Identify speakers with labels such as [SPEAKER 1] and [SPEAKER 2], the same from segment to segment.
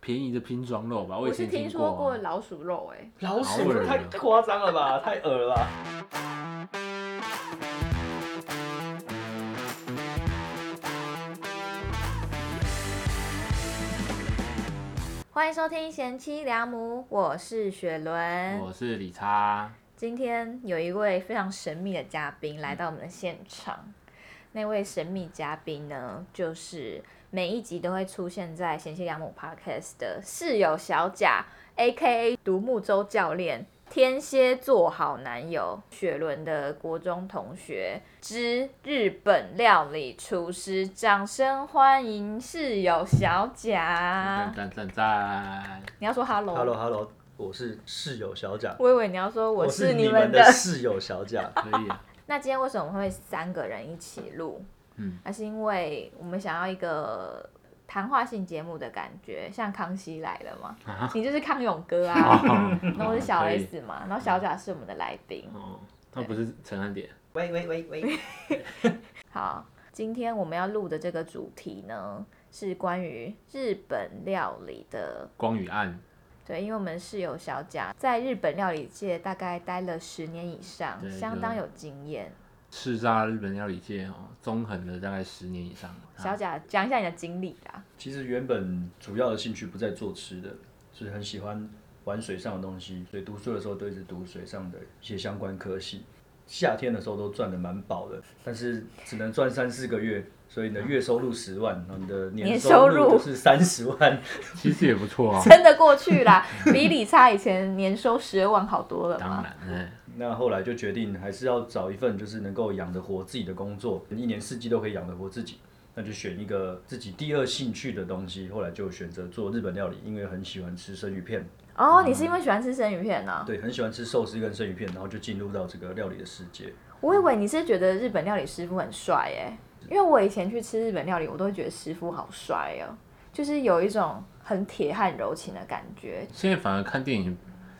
[SPEAKER 1] 便宜的拼装肉吧？我以
[SPEAKER 2] 是
[SPEAKER 1] 前
[SPEAKER 2] 听
[SPEAKER 1] 过
[SPEAKER 2] 说
[SPEAKER 1] 啊
[SPEAKER 2] 过老鼠肉、欸，
[SPEAKER 3] 老鼠
[SPEAKER 1] 好恶
[SPEAKER 3] 太夸张了吧， 太恶了吧。
[SPEAKER 2] 欢迎收听贤妻良母，我是雪伦。
[SPEAKER 1] 我是理查，
[SPEAKER 2] 今天有一位非常神秘的嘉宾来到我们的现场，那位神秘嘉宾呢，就是每一集都会出现在贤妻良母 Podcast 的室友小贾，A.K.A. 独木舟教练。天蝎座好男友雪伦的国中同学之日本料理厨师，掌声欢迎室友小
[SPEAKER 1] 赞
[SPEAKER 2] 贾。
[SPEAKER 1] 赞赞赞，
[SPEAKER 2] 你要说 hello 吗
[SPEAKER 3] Hello Hello，我是室友小贾，
[SPEAKER 2] 我以为你要说我
[SPEAKER 3] 是
[SPEAKER 2] 是
[SPEAKER 3] 你
[SPEAKER 2] 们
[SPEAKER 3] 的室友小贾。
[SPEAKER 1] 可以啊，
[SPEAKER 2] 那今天为什么会三个人一起录？
[SPEAKER 1] 嗯，
[SPEAKER 2] 那是因为我们想要一个谈话性节目的感觉，像康熙来了嘛，你就是康永哥啊，那我是小
[SPEAKER 1] 可以
[SPEAKER 2] S 嘛，然后小贾是我们的来宾。
[SPEAKER 1] 哦，那不是陈汉典，
[SPEAKER 3] 喂喂喂喂，
[SPEAKER 2] 好，今天我们要录的这个主题呢，是关于日本料理的。
[SPEAKER 1] 光与暗，
[SPEAKER 2] 对，因为我们室友小贾在日本料理界大概待了十年以上，
[SPEAKER 1] 对
[SPEAKER 2] 相当有经验。
[SPEAKER 1] 叱咤日本料理界哦，纵横了大概十年以上。
[SPEAKER 2] 小
[SPEAKER 1] 啊
[SPEAKER 2] 贾，讲一下你的经历啦。
[SPEAKER 3] 其实原本主要的兴趣不在做吃的，是很喜欢玩水上的东西，所以读书的时候都一直读水上的一些相关科系。夏天的时候都赚的蛮饱的，但是只能赚三四个月，所以你的月收入十万，然后你的
[SPEAKER 2] 年
[SPEAKER 3] 年
[SPEAKER 2] 收
[SPEAKER 3] 收
[SPEAKER 2] 入
[SPEAKER 3] 入就是三十万，
[SPEAKER 1] 其实也不错啊，
[SPEAKER 2] 撑得过去啦， 比理查以前年收十二万好多了
[SPEAKER 1] 当
[SPEAKER 2] 嘛。
[SPEAKER 1] 然，嗯，
[SPEAKER 3] 那后来就决定还是要找一份就是能够养得活自己的工作，一年四季都可以养得活自己。那就选一个自己第二兴趣的东西，后来就选择做日本料理，因为很喜欢吃生鱼片，
[SPEAKER 2] 哦，你是因为喜欢吃生鱼片呢、
[SPEAKER 1] 嗯
[SPEAKER 3] 对，很喜欢吃寿司跟生鱼片，然后就进入到这个料理的世界。
[SPEAKER 2] 我以为你是觉得日本料理师傅很帅耶、因为我以前去吃日本料理，我都会觉得师傅好帅哦、就是有一种很铁汉柔情的感觉。
[SPEAKER 1] 现在反而看电影。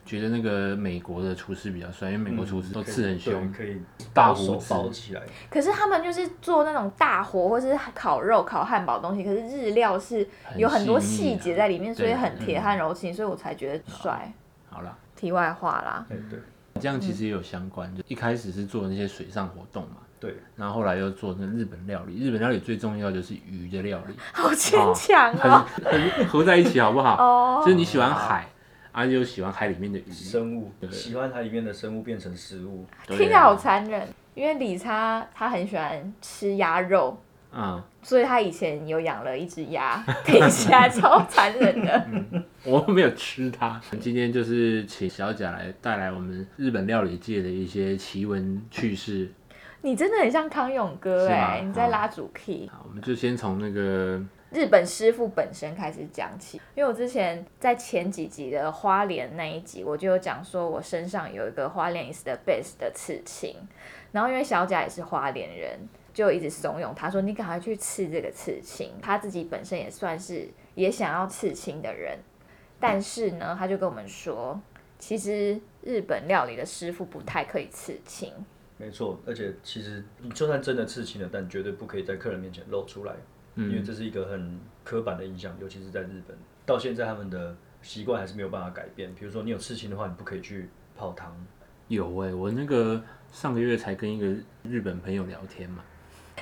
[SPEAKER 1] 觉得那个美国的厨师比较帅，因为美国厨师都刺很凶，
[SPEAKER 3] 可以嗯对可以
[SPEAKER 1] 大
[SPEAKER 3] 把手
[SPEAKER 1] 胡子
[SPEAKER 3] 包起来，
[SPEAKER 2] 可是他们就是做那种大火或是烤肉、烤汉堡的东西，可是日料是有很多
[SPEAKER 1] 细腻啊啊
[SPEAKER 2] 细节在里面，所以
[SPEAKER 1] 对嗯
[SPEAKER 2] 很铁汉柔情，所以我才觉得帅。
[SPEAKER 1] 好啦，
[SPEAKER 2] 题外话啦，
[SPEAKER 3] 哎，对
[SPEAKER 1] 这样其实也有相关，就一开始是做那些水上活动嘛，
[SPEAKER 3] 对，
[SPEAKER 1] 然后后来又做那日本料理，日本料理最重要就是鱼的料理，
[SPEAKER 2] 好牵强哦。
[SPEAKER 1] 很很合在一起好 不好？
[SPEAKER 2] 哦
[SPEAKER 1] 就是你喜欢海，啊又喜欢海里面的鱼，
[SPEAKER 3] 生物喜欢它里面的生物变成食物，
[SPEAKER 1] 对啊
[SPEAKER 2] 听起来好残忍，因为理查他很喜欢吃鸭肉，
[SPEAKER 1] 嗯，
[SPEAKER 2] 所以他以前有养了一只鸭，听起 来超残忍的。
[SPEAKER 1] 我没有吃它。今天就是请小贾来带来我们日本料理界的一些奇闻趣事。
[SPEAKER 2] 你真的很像康永哥
[SPEAKER 1] 是
[SPEAKER 2] 哎、
[SPEAKER 1] 吗嗯
[SPEAKER 2] 你在拉主 key。
[SPEAKER 1] 啊好，我们就先从那个
[SPEAKER 2] 日本师傅本身开始讲起，因为我之前在前几集的花莲那一集，我就有讲说我身上有一个花莲 is the best 的刺青，然后因为小贾也是花莲人，就一直怂恿他说你赶快去刺这个刺青，他自己本身也算是也想要刺青的人，但是呢，他就跟我们说，其实日本料理的师傅不太可以刺青，
[SPEAKER 3] 没错，而且其实你就算真的刺青了，但绝对不可以在客人面前露出来，
[SPEAKER 1] 嗯
[SPEAKER 3] 因为这是一个很刻板的印象，尤其是在日本，到现在他们的习惯还是没有办法改变。比如说你有刺青的话，你不可以去泡汤，
[SPEAKER 1] 有哎、我那个上个月才跟一个日本朋友聊天嘛，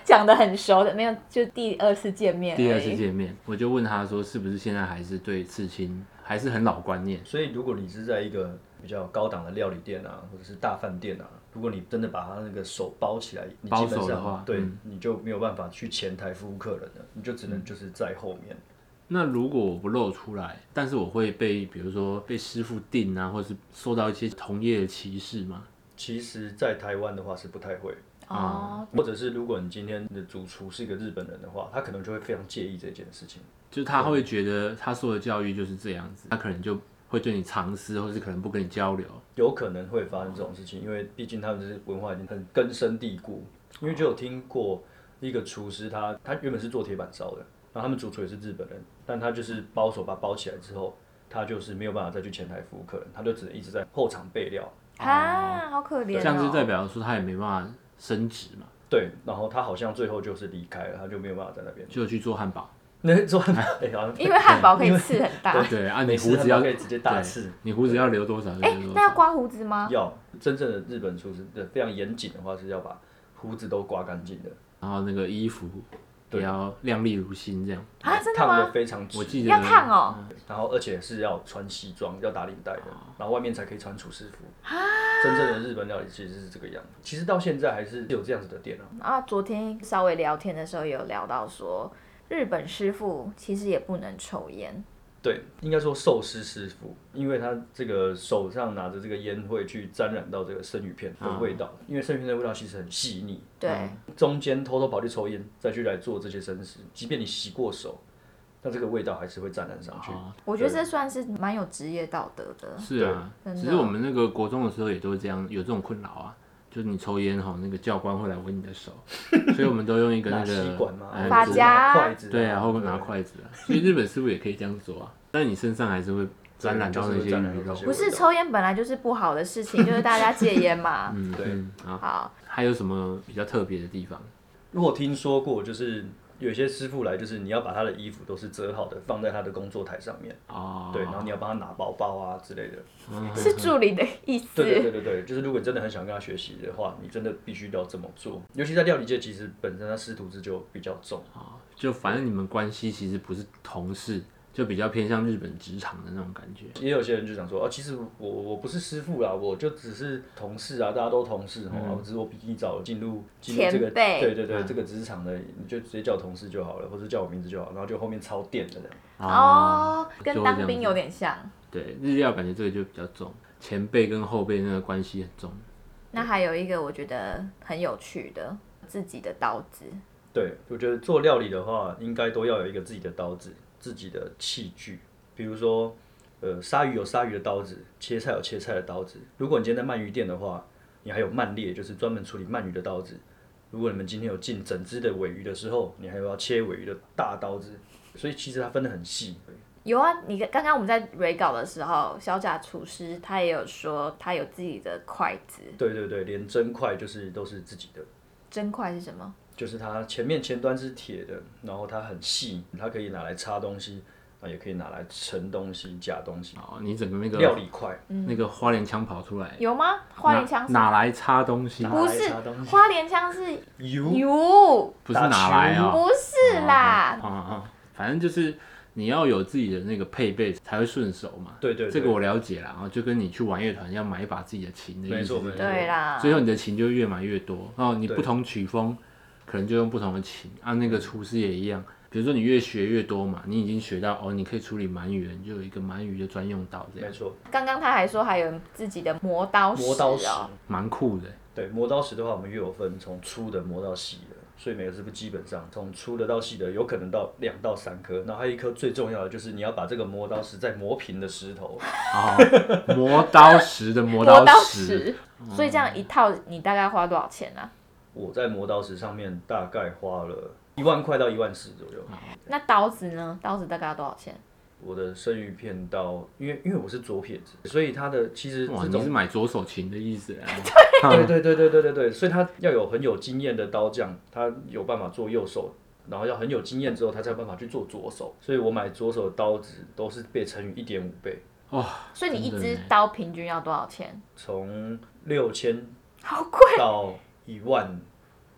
[SPEAKER 2] 讲的很熟的，没有就第二次见面，
[SPEAKER 1] 第二次。见面，我就问他说是不是现在还是对刺青还是很老观念。
[SPEAKER 3] 所以如果你是在一个比较高档的料理店啊，或者是大饭店啊，如果你真的把他那个手包起来，你基
[SPEAKER 1] 包
[SPEAKER 3] 本
[SPEAKER 1] 手的
[SPEAKER 3] 上
[SPEAKER 1] 话
[SPEAKER 3] 对、
[SPEAKER 1] 嗯
[SPEAKER 3] 你就没有办法去前台服务客人了，你就只能就是在后面。
[SPEAKER 1] 那如果我不露出来，但是我会被比如说被师傅定啊，或是受到一些同业的歧视吗？
[SPEAKER 3] 其实，在台湾的话是不太会。
[SPEAKER 2] 哦，
[SPEAKER 3] 或者是如果你今天的主厨是一个日本人的话，他可能就会非常介意这件事情。
[SPEAKER 1] 就是他会觉得他受的教育就是这样子，他可能就会对你藏私，或是可能不跟你交流。
[SPEAKER 3] 有可能会发生这种事情，因为毕竟他们这文化已经很根深蒂固。因为就有听过一个厨师他，他原本是做铁板烧的，然后他们主厨也是日本人，但他就是包手把它包起来之后，他就是没有办法再去前台服务客人，他就只能一直在后场备料。
[SPEAKER 2] 啊，好可怜、哦。
[SPEAKER 1] 这样就代表说他也没办法升职嘛，
[SPEAKER 3] 对，然后他好像最后就是离开了，他就没有办法在那边。
[SPEAKER 1] 就去做汉堡。
[SPEAKER 3] 那做汉堡，哎，好像
[SPEAKER 2] 因为汉堡可以刺很大。
[SPEAKER 1] 对啊，你
[SPEAKER 3] 美
[SPEAKER 1] 胡
[SPEAKER 3] 式
[SPEAKER 1] 子
[SPEAKER 3] 汉
[SPEAKER 1] 要
[SPEAKER 3] 堡可以直接大刺
[SPEAKER 1] 对，你胡子要留多少就
[SPEAKER 2] 哎、
[SPEAKER 1] 留多
[SPEAKER 2] 那要
[SPEAKER 1] 少。
[SPEAKER 2] 刮胡子吗？
[SPEAKER 3] 要真正的日本厨师的非常严谨的话，是要把胡子都刮干净的，
[SPEAKER 1] 然后那个衣服也
[SPEAKER 3] 对
[SPEAKER 1] 要亮丽如新这样。
[SPEAKER 2] 啊，真的
[SPEAKER 3] 烫
[SPEAKER 2] 吗
[SPEAKER 3] 的？非常直
[SPEAKER 1] 我，记得嗯
[SPEAKER 2] 要烫哦、
[SPEAKER 3] 然后而且是要穿西装，要打领带的，然后外面才可以穿厨师服。真正的日本料理其实是这个样子，其实到现在还是有这样子的店啊。
[SPEAKER 2] 啊，昨天稍微聊天的时候有聊到说，日本师傅其实也不能抽烟，
[SPEAKER 3] 对，应该说寿司师傅，因为他这个手上拿着这个烟会去沾染到这个生鱼片的味道，因为生鱼片的味道其实很细腻，嗯
[SPEAKER 2] 对，
[SPEAKER 3] 中间偷偷跑去抽烟，再去来做这些生食，即便你洗过手，那这个味道还是会沾染上去。
[SPEAKER 2] 我觉得这算是蛮有职业道德的。
[SPEAKER 1] 是啊，
[SPEAKER 2] 对真
[SPEAKER 1] 其
[SPEAKER 2] 的
[SPEAKER 1] 实我们那个国中的时候也都这样，有这种困扰啊。就是你抽烟哈，那个教官会来闻你的 手，所以我们都用一个那
[SPEAKER 3] 拿
[SPEAKER 1] 个
[SPEAKER 3] 吸管嘛，
[SPEAKER 1] 哎
[SPEAKER 2] 发
[SPEAKER 3] 或者是
[SPEAKER 2] 夹
[SPEAKER 3] 拿筷子啊，
[SPEAKER 1] 对啊，会拿筷子啊。所以日本师傅也可以这样做啊，但你身上还是会沾染到那些
[SPEAKER 3] 就是会沾染
[SPEAKER 1] 鱼
[SPEAKER 3] 到
[SPEAKER 1] 肉
[SPEAKER 3] 这。些
[SPEAKER 2] 不是抽烟本来就是不好的事情，就是大家戒烟嘛。
[SPEAKER 1] 嗯，
[SPEAKER 3] 对
[SPEAKER 1] 嗯啊，
[SPEAKER 2] 好，
[SPEAKER 1] 还有什么比较特别的地方？
[SPEAKER 3] 如果听说过，就是有些师傅来，就是你要把他的衣服都是折好的，放在他的工作台上面，
[SPEAKER 1] 哦，
[SPEAKER 3] 对，然后你要帮他拿包包啊之类的。
[SPEAKER 2] 是助理的意思。
[SPEAKER 3] 对对对对对，就是如果你真的很想跟他学习的话，你真的必须要这么做。尤其在料理界，其实本身他师徒制就比较重，
[SPEAKER 1] 哦就反正你们关系其实不是同事，就比较偏向日本职场的那种感觉。
[SPEAKER 3] 也有些人就想说，哦，其实我我不是师傅啦，我就只是同事啊，大家都同事
[SPEAKER 1] 嗯
[SPEAKER 3] 哈、只是我比你早进入进入这个
[SPEAKER 2] 前辈
[SPEAKER 3] 对对对、这个
[SPEAKER 1] 嗯
[SPEAKER 3] 职场的，你就直接叫我同事就好了，或者叫我名字就好，然后就后面超电的这样。
[SPEAKER 2] 哦，跟
[SPEAKER 1] 就会这
[SPEAKER 2] 当
[SPEAKER 1] 样
[SPEAKER 2] 兵
[SPEAKER 1] 子
[SPEAKER 2] 有点像。
[SPEAKER 1] 对，日料感觉这个就比较重，前辈跟后辈那个关系很重。
[SPEAKER 2] 那还有一个我觉得很有趣的，自己的刀子。
[SPEAKER 3] 对，我觉得做料理的话，应该都要有一个自己的刀子、自己的器具，比如说，呃，鲨鱼有鲨鱼的刀子，切菜有切菜的刀子。如果你今天在鳗鱼店的话，你还有鳗鬣，就是专门处理鳗鱼的刀子。如果你们今天有进整只的尾鱼的时候，你还有要切尾鱼的大刀子。所以其实它分得很细，
[SPEAKER 2] 有啊，你刚刚我们在 re 稿的时候，小贾厨师他也有说他有自己的筷子，
[SPEAKER 3] 对对对，连针块就是都是自己的，
[SPEAKER 2] 真筷是什么？
[SPEAKER 3] 就是它前面前端是铁的，然后它很细，它可以拿来插东西，啊，也可以拿来盛东西、夹东西，
[SPEAKER 1] 哦，你整个那
[SPEAKER 3] 料
[SPEAKER 1] 个
[SPEAKER 3] 理块。
[SPEAKER 1] 那个花莲腔跑出来，
[SPEAKER 2] 有吗？嗯花莲
[SPEAKER 1] 哪
[SPEAKER 2] 腔是
[SPEAKER 1] 哪来插东西？
[SPEAKER 2] 不
[SPEAKER 3] 哪来
[SPEAKER 2] 是
[SPEAKER 3] 插东西
[SPEAKER 2] 花莲腔是
[SPEAKER 3] 油
[SPEAKER 2] 油，
[SPEAKER 1] 不是哪来啊？
[SPEAKER 2] 不是
[SPEAKER 3] 哦
[SPEAKER 2] 啦，
[SPEAKER 1] 啊啊，反正就是你要有自己的那个配备才会顺手嘛。
[SPEAKER 3] 对对对
[SPEAKER 1] 这个我了解啦。啊，就跟你去玩乐团要买一把自己的琴的意思
[SPEAKER 3] 没错
[SPEAKER 1] 是一样
[SPEAKER 3] 没错
[SPEAKER 2] 对啦，
[SPEAKER 1] 最后你的琴就越买越多。然后你
[SPEAKER 3] 啊对嗯
[SPEAKER 1] 不同曲风可能就用不同的琴，啊，那个厨师也一样。比如说你越学越多嘛，你已经学到哦，你可以处理鳗鱼了，你就有一个鳗鱼的专用刀，这
[SPEAKER 3] 没
[SPEAKER 1] 样
[SPEAKER 3] 错，
[SPEAKER 2] 刚刚他还说还有自己的磨刀石
[SPEAKER 3] 磨刀石。
[SPEAKER 2] 哦，
[SPEAKER 1] 蛮酷的。
[SPEAKER 3] 对，磨刀石的话，我们又有分从粗的磨到细的，所以每个师傅基本上从粗的到细的，有可能到两到三颗。然后还有一颗最重要的就是你要把这个磨刀石再磨平的石头，
[SPEAKER 1] 嗯哦，磨刀石 的磨
[SPEAKER 2] 磨刀
[SPEAKER 1] 石，
[SPEAKER 2] 石，
[SPEAKER 3] 嗯
[SPEAKER 2] 所以这样一套你大概花多少钱啊？
[SPEAKER 3] 我在磨刀石上面大概花了一万块到一万四左右。
[SPEAKER 2] 那刀子呢？刀子大概要多少钱？
[SPEAKER 3] 我的生鱼片刀，因为因为我是左撇子，所以它的其实
[SPEAKER 1] 哇，
[SPEAKER 3] 这
[SPEAKER 1] 你
[SPEAKER 3] 种
[SPEAKER 1] 是买左手琴的意思 啊？
[SPEAKER 3] 对
[SPEAKER 2] 嗯
[SPEAKER 3] 对对对对对对，所以他要有很有经验的刀匠，他有办法做右手，然后要很有经验之后，他才有办法去做左手。所以我买左手的刀子都是被乘以一点五倍，
[SPEAKER 2] 所以你一
[SPEAKER 1] 真的
[SPEAKER 2] 支
[SPEAKER 1] 呢
[SPEAKER 2] 刀平均要多少钱？
[SPEAKER 3] 从六千
[SPEAKER 2] 好贵！
[SPEAKER 3] 到一万，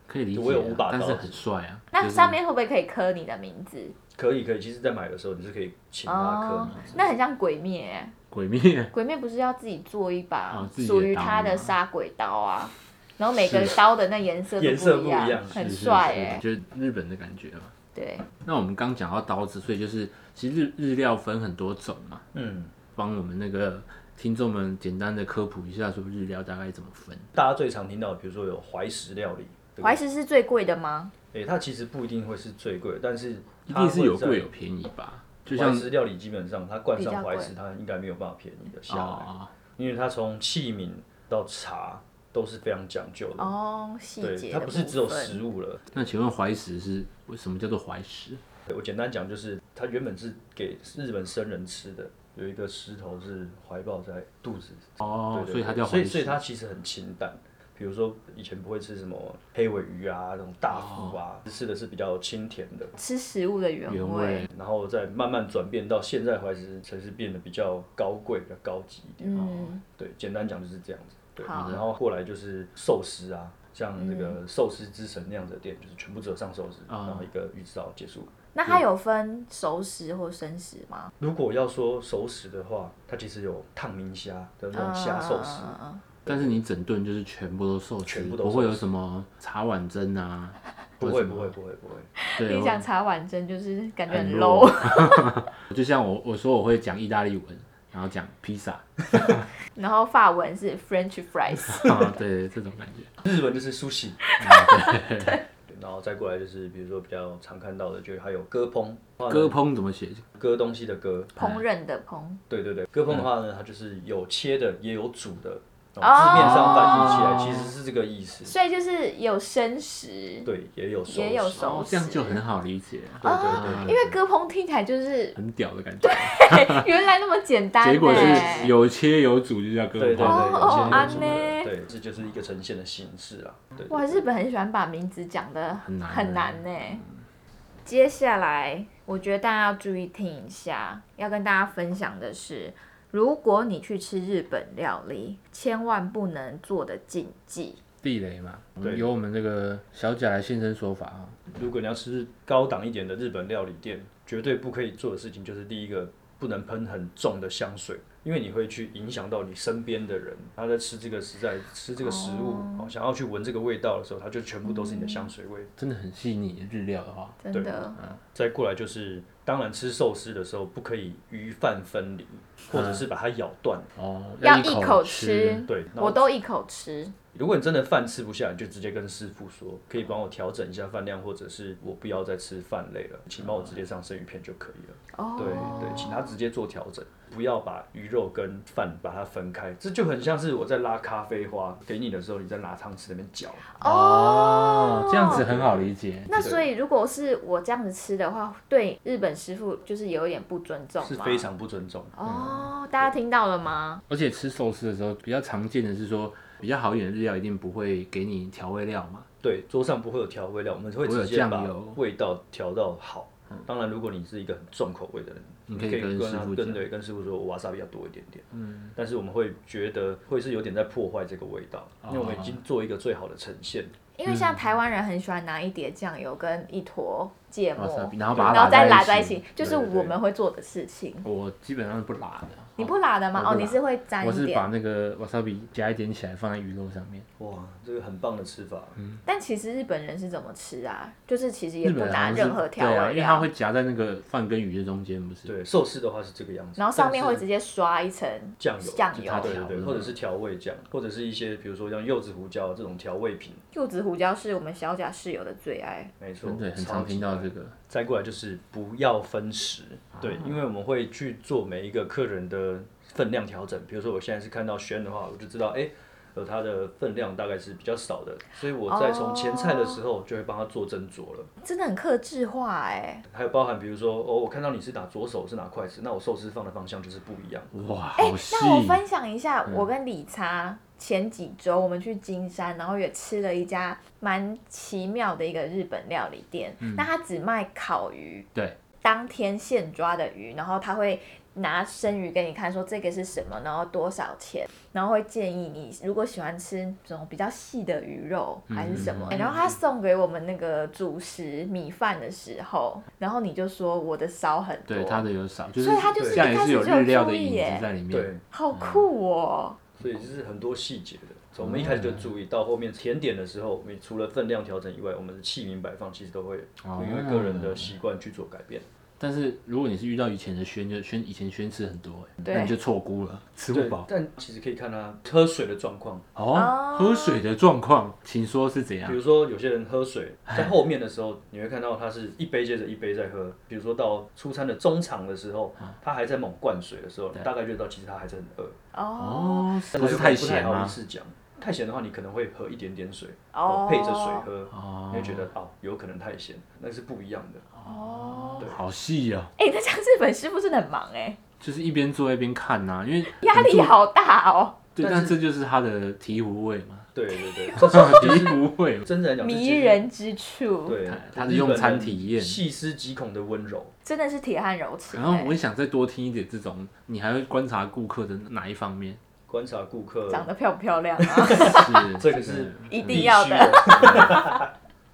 [SPEAKER 1] 可以理解啊，
[SPEAKER 3] 我有五把刀
[SPEAKER 1] 但是很帅啊。
[SPEAKER 2] 那
[SPEAKER 1] 就是
[SPEAKER 2] 上面会不会可以刻你的名字？
[SPEAKER 3] 可以可以。其实，在买的时候你是可以请他刻名字。
[SPEAKER 2] 哦那很像鬼灭欸、
[SPEAKER 1] 鬼灭
[SPEAKER 2] 鬼灭不是要自己做一把
[SPEAKER 1] 哦自己的
[SPEAKER 2] 属于他
[SPEAKER 1] 刀
[SPEAKER 2] 的
[SPEAKER 1] 吗
[SPEAKER 2] 杀鬼刀啊？然后每个刀的那颜色都
[SPEAKER 3] 颜色
[SPEAKER 2] 不
[SPEAKER 3] 不一样
[SPEAKER 2] 很
[SPEAKER 1] 是是
[SPEAKER 2] 帅
[SPEAKER 1] 是
[SPEAKER 2] 哎、
[SPEAKER 1] 就是日本的感觉嘛。
[SPEAKER 2] 对，
[SPEAKER 1] 那我们刚讲到刀子，所以就是其实日日料分很多种嘛，
[SPEAKER 3] 嗯，
[SPEAKER 1] 帮我们那个听众们简单的科普一下，说日料大概怎么分。
[SPEAKER 3] 大家最常听到的，比如说有怀石料理，对不
[SPEAKER 2] 怀
[SPEAKER 3] 对？
[SPEAKER 2] 石是最贵的吗？
[SPEAKER 3] 诶、它其实不一定会是最贵，但是
[SPEAKER 1] 一
[SPEAKER 3] 它
[SPEAKER 1] 定是有
[SPEAKER 3] 会在
[SPEAKER 1] 贵有便宜吧？就像
[SPEAKER 3] 怀石料理基本上，它冠
[SPEAKER 2] 比
[SPEAKER 3] 上
[SPEAKER 2] 较
[SPEAKER 3] 怀
[SPEAKER 2] 贵
[SPEAKER 3] 石，它应该没有办法便宜的下来。
[SPEAKER 1] 哦，
[SPEAKER 3] 因为它从器皿到茶都是非常讲究的。
[SPEAKER 2] 哦，细
[SPEAKER 3] 对，
[SPEAKER 2] 节
[SPEAKER 3] 它
[SPEAKER 2] 的
[SPEAKER 3] 不是只有
[SPEAKER 2] 部分
[SPEAKER 3] 食物了。
[SPEAKER 1] 那请问怀石是为什么叫做怀石？
[SPEAKER 3] 对我简单讲，就是它原本是给日本僧人吃的，有一个石头是怀抱在肚子。
[SPEAKER 1] 哦
[SPEAKER 3] 对，对
[SPEAKER 1] 所以它
[SPEAKER 3] 对
[SPEAKER 1] 叫
[SPEAKER 3] 所
[SPEAKER 1] 怀
[SPEAKER 3] 以所以
[SPEAKER 1] 石。
[SPEAKER 3] 它其实很清淡。比如说以前不会吃什么黑尾鱼啊，那种大腹
[SPEAKER 1] 哦
[SPEAKER 3] 啊，吃的是比较清甜的，
[SPEAKER 2] 吃食物的原
[SPEAKER 1] 原
[SPEAKER 2] 味
[SPEAKER 1] 味。
[SPEAKER 3] 然后再慢慢转变到现在怀石才是变得比较高贵、比较高级一点。啊
[SPEAKER 2] 嗯，
[SPEAKER 3] 对，简单讲就是这样子。对，
[SPEAKER 2] 好嗯
[SPEAKER 3] 然后过来就是寿司啊，像那个寿司之神那样子的店，就是全部只有上寿司，
[SPEAKER 1] 啊
[SPEAKER 3] 然后一个预制刀结束。
[SPEAKER 2] 那它有分熟食或生食吗？
[SPEAKER 3] 如果要说熟食的话，它其实有烫明虾的那种虾寿司，
[SPEAKER 2] 嗯嗯嗯嗯
[SPEAKER 1] 但是你整顿就是全部都寿司，
[SPEAKER 3] 全部都
[SPEAKER 1] 不会
[SPEAKER 3] 寿
[SPEAKER 1] 有什么茶碗蒸啊，
[SPEAKER 3] 不
[SPEAKER 1] 或
[SPEAKER 3] 会
[SPEAKER 1] 者什
[SPEAKER 3] 不
[SPEAKER 1] 么
[SPEAKER 3] 会不会不会，
[SPEAKER 1] 对，
[SPEAKER 2] 你讲茶碗蒸就是感觉
[SPEAKER 3] 哎
[SPEAKER 1] 很
[SPEAKER 2] 很
[SPEAKER 1] 弱
[SPEAKER 2] low，
[SPEAKER 1] 就像我我说我会讲意大利文，然后讲披萨
[SPEAKER 2] 然后法文是 French fries，
[SPEAKER 1] 啊，对这种感觉。
[SPEAKER 3] 日文就是 苏喜。
[SPEAKER 1] 啊
[SPEAKER 3] 对然后再过来就是，比如说比较常看到的，就是还有割烹，
[SPEAKER 1] 割烹怎么写？
[SPEAKER 3] 割东西的割，
[SPEAKER 2] 烹饪的烹。
[SPEAKER 3] 对对对，割烹的话呢，它就是有切的也有煮的，然
[SPEAKER 2] 哦
[SPEAKER 3] 后字面上翻译起来其实是这个意思。
[SPEAKER 2] 所以就是有生食，
[SPEAKER 3] 对，也有熟
[SPEAKER 2] 也有
[SPEAKER 3] 食
[SPEAKER 2] 熟
[SPEAKER 1] 哦，这样就很好理解，啊
[SPEAKER 3] 对对对
[SPEAKER 2] 因为割烹听起来就是
[SPEAKER 1] 很屌的感觉。
[SPEAKER 2] 原来那么简单、欸，
[SPEAKER 1] 结果是有切有煮，就叫割
[SPEAKER 3] 对对对，
[SPEAKER 1] 烹。
[SPEAKER 2] 哦哦
[SPEAKER 3] 有些
[SPEAKER 2] 安呢
[SPEAKER 3] 有对，这就是一个呈现的形式啦。对，对
[SPEAKER 2] 哇，日本很喜欢把名字讲的
[SPEAKER 1] 很难
[SPEAKER 2] 很难呢、接下来，我觉得大家要注意听一下，要跟大家分享的是，如果你去吃日本料理，千万不能做的禁忌。
[SPEAKER 1] 地雷嘛，
[SPEAKER 3] 对
[SPEAKER 1] 由我们这个小贾来现身说法啊。
[SPEAKER 3] 如果你要吃高档一点的日本料理店，绝对不可以做的事情就是第一个，不能喷很重的香水，因为你会去影响到你身边的人。他在吃这个食材、吃这个食物，哦想要去闻这个味道的时候，它就全部都是你的香水味。
[SPEAKER 1] 真的很细腻，日料的话，
[SPEAKER 2] 真的，
[SPEAKER 3] 再过来就是，当然吃寿司的时候不可以鱼饭分离，或者是把它咬断。
[SPEAKER 1] 哦，
[SPEAKER 2] 要
[SPEAKER 1] 一
[SPEAKER 2] 一
[SPEAKER 1] 口
[SPEAKER 2] 口吃。
[SPEAKER 3] 对，然后
[SPEAKER 2] 我都一口吃。
[SPEAKER 3] 如果你真的饭吃不下，你就直接跟师傅说，可以帮我调整一下饭量，或者是我不要再吃饭类了，请帮我直接上生鱼片就可以了。
[SPEAKER 2] 哦，
[SPEAKER 3] 对对，请他直接做调整，不要把鱼肉跟饭把它分开，这就很像是我在拉咖啡花给你的时候，你在拿汤匙那边搅。
[SPEAKER 1] 哦，这样子很好理解。
[SPEAKER 2] 那所以，如果是我这样子吃的话，对日本师傅就是有一点不尊重
[SPEAKER 3] 是
[SPEAKER 2] 嘛。
[SPEAKER 3] 非常不尊重。
[SPEAKER 2] 哦，大家听到了吗？
[SPEAKER 1] 而且吃寿司的时候，比较常见的是说，比较好一点的日料一定不会给你调味料嘛。
[SPEAKER 3] 对，桌上不会有调味料，我们会
[SPEAKER 1] 不会有
[SPEAKER 3] 直接
[SPEAKER 1] 酱
[SPEAKER 3] 把
[SPEAKER 1] 油
[SPEAKER 3] 味道调到好。当然，如果你是一个很重口味的人，
[SPEAKER 1] 你嗯可
[SPEAKER 3] 可
[SPEAKER 1] 以跟
[SPEAKER 3] 跟
[SPEAKER 1] 师
[SPEAKER 3] 他
[SPEAKER 1] 傅
[SPEAKER 3] 跟
[SPEAKER 1] 讲
[SPEAKER 3] 对跟师傅说，我瓦萨比要多一点点。嗯，但是我们会觉得会是有点在破坏这个味道，
[SPEAKER 1] 哦
[SPEAKER 3] 因为我们已经做一个最好的呈现。
[SPEAKER 2] 因为
[SPEAKER 1] 嗯
[SPEAKER 2] 像台湾人很喜欢拿一碟酱油跟一坨芥末
[SPEAKER 1] Wasabi，，然啊后
[SPEAKER 2] 然
[SPEAKER 1] 把它
[SPEAKER 2] 再
[SPEAKER 1] 拉
[SPEAKER 2] 拉
[SPEAKER 1] 在
[SPEAKER 2] 在
[SPEAKER 1] 一
[SPEAKER 2] 一
[SPEAKER 1] 起
[SPEAKER 2] 起，就是
[SPEAKER 3] 对对对
[SPEAKER 2] 我们会做的事情。
[SPEAKER 1] 我基本上是不辣的，
[SPEAKER 2] 你不拉的吗？
[SPEAKER 1] 哦我
[SPEAKER 2] 哦，
[SPEAKER 1] 不拉
[SPEAKER 2] 你是会沾
[SPEAKER 1] 我
[SPEAKER 2] 一
[SPEAKER 1] 是把
[SPEAKER 2] 点。
[SPEAKER 1] 那个 wasabi 加一点起来放在鱼肉上面。
[SPEAKER 3] 哇，这个很棒的吃法。
[SPEAKER 1] 嗯
[SPEAKER 2] 但其实日本人是怎么吃啊？就是其实也
[SPEAKER 1] 日
[SPEAKER 2] 不
[SPEAKER 1] 本
[SPEAKER 2] 拿
[SPEAKER 1] 好像是
[SPEAKER 2] 任何调
[SPEAKER 1] 对啊，
[SPEAKER 2] 味
[SPEAKER 1] 因为它
[SPEAKER 2] 料，
[SPEAKER 1] 会夹在那个饭跟鱼的中间，不是？
[SPEAKER 3] 对，寿司的话是这个样子，
[SPEAKER 2] 然后上面
[SPEAKER 3] 但
[SPEAKER 2] 会
[SPEAKER 3] 是
[SPEAKER 2] 直接刷一层
[SPEAKER 3] 酱油
[SPEAKER 2] 酱
[SPEAKER 1] 就它
[SPEAKER 2] 油
[SPEAKER 3] 对
[SPEAKER 1] 调
[SPEAKER 3] 对对，
[SPEAKER 1] 的
[SPEAKER 3] 或者是调味酱，或者是一些比如说像柚子胡椒这种调味品，
[SPEAKER 2] 柚子胡椒是我们小贾室友的最爱。
[SPEAKER 3] 没错，
[SPEAKER 1] 真的很
[SPEAKER 3] 超
[SPEAKER 1] 常
[SPEAKER 3] 级
[SPEAKER 1] 听到
[SPEAKER 3] 爱
[SPEAKER 1] 这个。
[SPEAKER 3] 再过来就是不要分食，
[SPEAKER 1] 啊
[SPEAKER 3] 对，因为我们会去做每一个客人的分量调整。比如说我现在是看到轩的话，我就知道，哎、呃，他的分量大概是比较少的，所以我在从前菜的时候就会帮他做斟酌了。
[SPEAKER 2] 真的很克制化哎、
[SPEAKER 3] 还有包含比如说，哦，我看到你是拿左手是拿筷子，那我寿司放的方向就是不一样。
[SPEAKER 1] 哇，好细。
[SPEAKER 2] 哎那我分享一下，我跟理查前几周我们去金山，然后也吃了一家蛮奇妙的一个日本料理店。那它只卖烤鱼，
[SPEAKER 1] 对，
[SPEAKER 2] 当天现抓的鱼，然后他会拿生鱼给你看，说这个是什么，然后多少钱，然后会建议你如果喜欢吃这种比较细的鱼肉还是什么，然后他送给我们那个主食米饭的时候，然后你就说我的烧很多，啊
[SPEAKER 1] 对，它的有少，就是
[SPEAKER 2] 所以它就是
[SPEAKER 1] 这样
[SPEAKER 2] 一
[SPEAKER 1] 也
[SPEAKER 2] 开
[SPEAKER 1] 是
[SPEAKER 2] 始
[SPEAKER 1] 有
[SPEAKER 2] 就有
[SPEAKER 1] 日料
[SPEAKER 2] 注
[SPEAKER 1] 的
[SPEAKER 2] 意
[SPEAKER 1] 影
[SPEAKER 2] 耶
[SPEAKER 1] 子在里面。
[SPEAKER 3] 对，
[SPEAKER 2] 好酷哦！
[SPEAKER 3] 所以就是很多细节的，从我们一开始
[SPEAKER 1] 嗯
[SPEAKER 3] 就注意到后面甜点的时候，我们除了分量调整以外，我们的器皿摆放其实都会
[SPEAKER 1] 哦
[SPEAKER 3] 因为个人的习惯去做改变。
[SPEAKER 1] 但是如果你是遇到以前的轩，就轩以前轩吃很多，哎
[SPEAKER 2] 对
[SPEAKER 1] 那你就错估了，吃不
[SPEAKER 3] 对
[SPEAKER 1] 饱，。
[SPEAKER 3] 但其实可以看他喝水的状况，
[SPEAKER 1] 哦，喝水的状况，请说是怎样
[SPEAKER 3] 比？如说有些人喝 水在后面的时候，你会看到他是一杯接着一杯在喝。比如说到出餐的中场的时候，
[SPEAKER 1] 啊
[SPEAKER 3] 他还在猛灌水的时候，你大概就知道其实他还是很饿。
[SPEAKER 2] 哦
[SPEAKER 1] 哦，
[SPEAKER 3] 但
[SPEAKER 1] 不
[SPEAKER 3] 他
[SPEAKER 1] 是太
[SPEAKER 3] 又不太
[SPEAKER 1] 咸
[SPEAKER 3] 好意
[SPEAKER 1] 吗？
[SPEAKER 3] 思讲，太咸的话你可能会喝一点点水，
[SPEAKER 2] 哦
[SPEAKER 3] 配着水喝，
[SPEAKER 1] 哦
[SPEAKER 3] 你会觉得哦有可能太咸，那是不一样的。
[SPEAKER 2] 哦，
[SPEAKER 1] 好细哦，
[SPEAKER 2] 哎、那这样日本师傅真的很忙哎、
[SPEAKER 1] 就是一边做一边看呐，因为
[SPEAKER 2] 压
[SPEAKER 1] 你
[SPEAKER 2] 力
[SPEAKER 1] 做
[SPEAKER 2] 好大哦。
[SPEAKER 1] 对，但这就是它的醍醐味嘛，
[SPEAKER 3] 对对 对，
[SPEAKER 1] 醍醐味，
[SPEAKER 3] 真的来讲，这
[SPEAKER 2] 迷
[SPEAKER 3] 其实，
[SPEAKER 2] 人之处，
[SPEAKER 3] 对，
[SPEAKER 1] 它的用餐体验
[SPEAKER 3] 细思极恐的温柔，
[SPEAKER 2] 真的是铁汉柔情、
[SPEAKER 1] 然后
[SPEAKER 2] 欸
[SPEAKER 1] 我也想再多听一点这种，你还会观察顾客的哪一方 面？
[SPEAKER 3] 观察顾客，
[SPEAKER 2] 长得漂不漂 亮啊？
[SPEAKER 1] 是
[SPEAKER 3] 这个是
[SPEAKER 2] 一
[SPEAKER 3] 必
[SPEAKER 2] 定
[SPEAKER 3] 须
[SPEAKER 2] 要的。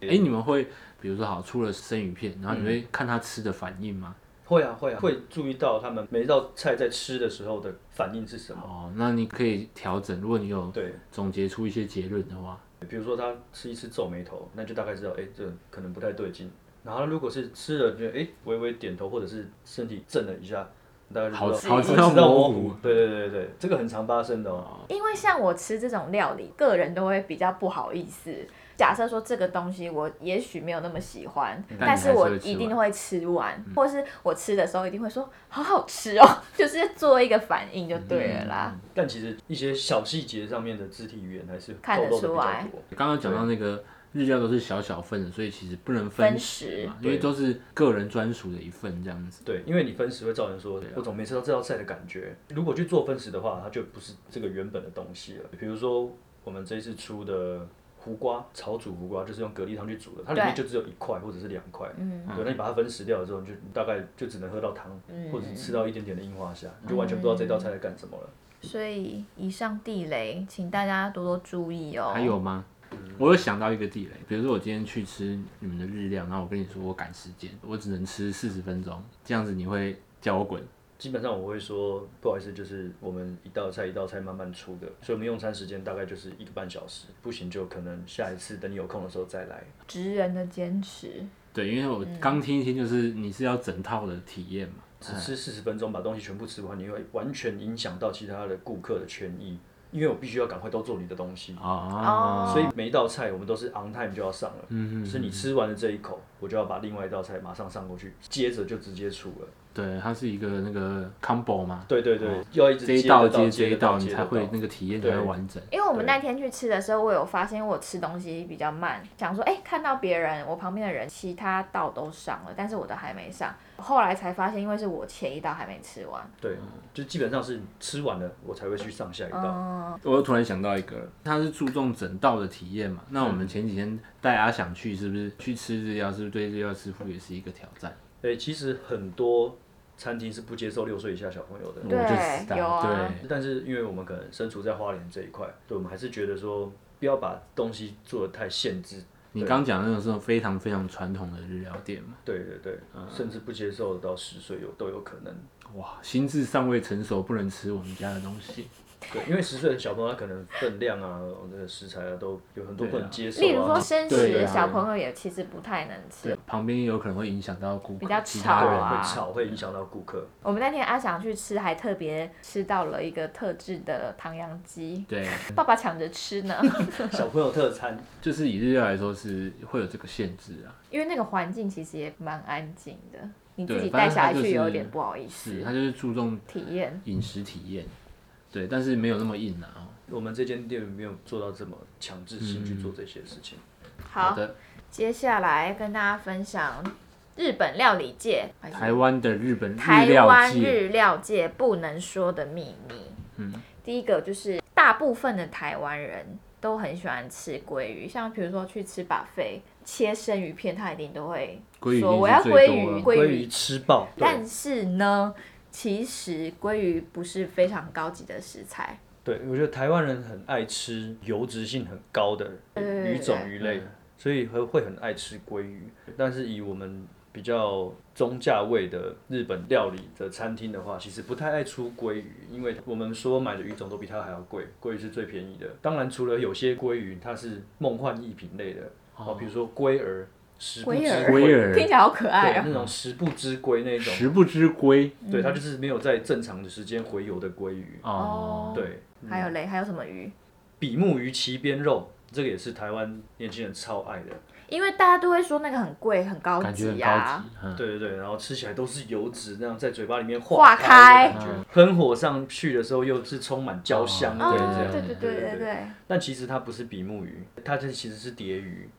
[SPEAKER 1] 哎、你们会比如说好出了生鱼片，然后你会看他吃的反应吗？
[SPEAKER 3] 会啊会啊，会注意到他们每一道菜在吃的时候的反应是什么。
[SPEAKER 1] 哦，那你可以调整，如果你有
[SPEAKER 3] 对，
[SPEAKER 1] 总结出一些结论的话，
[SPEAKER 3] 比如说他吃一吃皱眉头，那就大概知道，哎、这可能不太对劲。然后如果是吃了，就哎、微微点头，或者是身体震了一下，大概就知道
[SPEAKER 1] 好
[SPEAKER 2] 吃
[SPEAKER 3] 哦
[SPEAKER 2] 好
[SPEAKER 1] 吃
[SPEAKER 3] 知
[SPEAKER 1] 到
[SPEAKER 3] 道
[SPEAKER 1] 模
[SPEAKER 3] 模
[SPEAKER 1] 糊。
[SPEAKER 3] 对对对对，这个很常发生的哦。
[SPEAKER 2] 因为像我吃这种料理，个人都会比较不好意思。假设说这个东西我也许没有那么喜欢，
[SPEAKER 1] 嗯但
[SPEAKER 2] 但
[SPEAKER 1] 你
[SPEAKER 2] 是
[SPEAKER 1] 还
[SPEAKER 2] 我
[SPEAKER 1] 是会吃嗯
[SPEAKER 2] 一定会吃完，或是我吃的时候一定会说好好吃哦， 就是做一个反应就对
[SPEAKER 1] 嗯
[SPEAKER 2] 了啦。
[SPEAKER 3] 嗯但其实一些小细节上面的肢体语言还是
[SPEAKER 2] 看得
[SPEAKER 3] 透露的
[SPEAKER 2] 出
[SPEAKER 3] 比较
[SPEAKER 2] 来
[SPEAKER 3] 多。
[SPEAKER 1] 刚刚讲到那个日料都是小小份的，所以其实不能
[SPEAKER 2] 分
[SPEAKER 1] 食嘛，
[SPEAKER 3] 食
[SPEAKER 1] 因为
[SPEAKER 3] 对
[SPEAKER 1] 都是个人专属的一份这样子。
[SPEAKER 3] 对，因为你分食会造成说，我总没吃到这道菜的感觉。如果去做分食的话，它就不是这个原本的东西了。比如说我们这一次出的胡瓜炒煮胡瓜，就是用蛤蜊汤去煮的，它里面就只有一块或者是两块。嗯，对，那你把它分食掉了之后，你就你大概就只能喝到汤，或者是吃到一点点的樱花虾，你就完全不知道这道菜在干什么了。
[SPEAKER 2] 所以以上地雷，请大家多多注意哦。
[SPEAKER 1] 还有吗？
[SPEAKER 3] 嗯
[SPEAKER 1] 我有想到一个地雷，比如说我今天去吃你们的日料，然后我跟你说我赶时间，我只能吃四十分钟，这样子你会叫我滚。
[SPEAKER 3] 基本上我会说，不好意思，就是我们一道菜一道菜慢慢出的，所以我们用餐时间大概就是一个半小时，不行就可能下一次等你有空的时候再来。
[SPEAKER 2] 职人的坚持，
[SPEAKER 1] 对，因为我刚听一听，就是你是要整套的体验嘛。
[SPEAKER 3] 只吃四十分钟把东西全部吃完，你会完全影响到其他的顾客的权益，因为我必须要赶快都做你的东西，
[SPEAKER 1] 哦，
[SPEAKER 3] 所以每一道菜我们都是 on time 就要上了。嗯是你吃完了这一口，我就要把另外一道菜马上上过去，接着就直接出了。
[SPEAKER 1] 对，它是一个那个 combo 嘛，
[SPEAKER 3] 对对对，要一直
[SPEAKER 1] 哦这
[SPEAKER 3] 接
[SPEAKER 1] 一
[SPEAKER 3] 着
[SPEAKER 1] 道
[SPEAKER 3] 到
[SPEAKER 1] 接
[SPEAKER 3] 接
[SPEAKER 1] 这一
[SPEAKER 3] 着到
[SPEAKER 1] 道，你
[SPEAKER 3] 接
[SPEAKER 1] 才
[SPEAKER 3] 着
[SPEAKER 1] 会
[SPEAKER 3] 到
[SPEAKER 1] 那个体验才
[SPEAKER 3] 对
[SPEAKER 1] 会完整。
[SPEAKER 2] 因为我们那天去吃的时候，我有发现我吃东西比较慢，想说哎、看到别人我旁边的人其他道都上了，但是我的还没上。后来才发现，因为是我前一道还没吃完。
[SPEAKER 3] 对，就基本上是吃完了我才会去上下一道。
[SPEAKER 1] 哦我又突然想到一个，嗯它是注重整道的体验嘛。那我们前几天带阿想去，是不是去吃日料？是不是对日料师傅也是一个挑战？
[SPEAKER 3] 对，其实很多餐厅是不接受六岁以下小朋友的。
[SPEAKER 1] 我
[SPEAKER 2] 对
[SPEAKER 1] 就知
[SPEAKER 2] 有
[SPEAKER 1] 道，
[SPEAKER 2] 啊
[SPEAKER 1] 对，
[SPEAKER 3] 但是因为我们可能身处在花莲这一块，对我们还是觉得说不要把东西做的太限制。
[SPEAKER 1] 你刚讲的那种是非常非常传统的日料店嘛，
[SPEAKER 3] 对对对，
[SPEAKER 2] 嗯
[SPEAKER 3] 甚至不接受到十岁有都有可能。
[SPEAKER 1] 哇，心智尚未成熟，不能吃我们家的东西。
[SPEAKER 3] 对，因为十岁的小朋友他可能分量啊、这个食材啊都有很多不能接受、啊。
[SPEAKER 2] 例如说生食
[SPEAKER 1] 对
[SPEAKER 2] 的
[SPEAKER 1] 啊
[SPEAKER 2] 小朋友也其实不太能吃。
[SPEAKER 1] 对，旁边也有可能会影响到顾
[SPEAKER 2] 比
[SPEAKER 1] 客
[SPEAKER 2] 较
[SPEAKER 1] 其
[SPEAKER 3] 对
[SPEAKER 1] 他
[SPEAKER 2] 吵
[SPEAKER 1] 人。
[SPEAKER 2] 啊
[SPEAKER 3] 会吵，会影响到顾客。
[SPEAKER 2] 我们那天阿翔去吃，还特别吃到了一个特制的唐扬 鸡，
[SPEAKER 1] 对，
[SPEAKER 2] 爸爸抢着吃呢，
[SPEAKER 3] 小朋友特餐，
[SPEAKER 1] 就是以日料来说是会有这个限制啊。
[SPEAKER 2] 因为那个环境其实也蛮安静的，你自
[SPEAKER 1] 对
[SPEAKER 2] 己
[SPEAKER 1] 反
[SPEAKER 2] 带
[SPEAKER 1] 正
[SPEAKER 2] 小孩
[SPEAKER 1] 他就
[SPEAKER 2] 去有
[SPEAKER 1] 是
[SPEAKER 2] 点不好意
[SPEAKER 1] 是，
[SPEAKER 2] 思
[SPEAKER 1] 它就是注重
[SPEAKER 2] 体验。
[SPEAKER 1] 饮食体验，对，但是没有那么硬啊。哦
[SPEAKER 3] 我们这间店没有做到这么强制性
[SPEAKER 2] 嗯
[SPEAKER 3] 去做这些事情。
[SPEAKER 2] 好，
[SPEAKER 1] 的，
[SPEAKER 2] 接下来跟大家分享日本料理界，
[SPEAKER 1] 台湾的日本日
[SPEAKER 2] 台
[SPEAKER 1] 料
[SPEAKER 2] 湾
[SPEAKER 1] 界，
[SPEAKER 2] 日料界不能说的秘密。嗯，第一个就是大部分的台湾人都很喜欢吃鲑鱼，像比如说去吃把费切生鱼片，他一定都会
[SPEAKER 1] 鲑鱼一定
[SPEAKER 2] 说
[SPEAKER 1] 是
[SPEAKER 2] 我要
[SPEAKER 1] 最
[SPEAKER 2] 鲑
[SPEAKER 1] 多的
[SPEAKER 2] 鱼，鲑
[SPEAKER 3] 鱼
[SPEAKER 2] 鱼。
[SPEAKER 3] 吃爆，对
[SPEAKER 2] 但是呢，其实鲑鱼不是非常高级的食材，
[SPEAKER 3] 对，我觉得台湾人很爱吃油脂性很高的
[SPEAKER 2] 对对对
[SPEAKER 3] 鱼种
[SPEAKER 2] 对
[SPEAKER 3] 鱼类，所以会会很爱吃鲑鱼。但是以我们比较中价位的日本料理的餐厅的话，其实不太爱出鲑鱼，因为我们所买的鱼种都比它还要贵，鲑鱼是最便宜的。当然，除了有些鲑鱼它是梦幻一品类的，哦，比如说龟儿、十不知
[SPEAKER 2] 龟儿
[SPEAKER 1] 龟儿
[SPEAKER 2] 听起来好可爱
[SPEAKER 3] 对
[SPEAKER 2] 啊。
[SPEAKER 3] 那种十不知龟那种，
[SPEAKER 1] 食不知归
[SPEAKER 3] 对，它就是没有在正常的时间回游的鲑鱼。
[SPEAKER 1] 哦。
[SPEAKER 3] 对，
[SPEAKER 2] 还有嘞，还有什么鱼？
[SPEAKER 3] 比目鱼鳍边肉，这个也是台湾年轻人超爱的。
[SPEAKER 2] 因为大家都会说那个很贵、很高
[SPEAKER 1] 感觉很
[SPEAKER 2] 级
[SPEAKER 1] 高
[SPEAKER 2] 啊。
[SPEAKER 1] 级，嗯，
[SPEAKER 3] 对对对，然后吃起来都是油脂，那样在嘴巴里面
[SPEAKER 2] 化
[SPEAKER 3] 开
[SPEAKER 2] 开
[SPEAKER 3] 的感觉，喷火上去的时候又是充满焦香
[SPEAKER 1] 哦
[SPEAKER 3] 味这
[SPEAKER 2] 哦
[SPEAKER 3] 样。，
[SPEAKER 2] 对
[SPEAKER 1] 对
[SPEAKER 2] 对
[SPEAKER 3] 对
[SPEAKER 2] 对对对。
[SPEAKER 3] 但其实它不是比目鱼，它这其实是蝶鱼，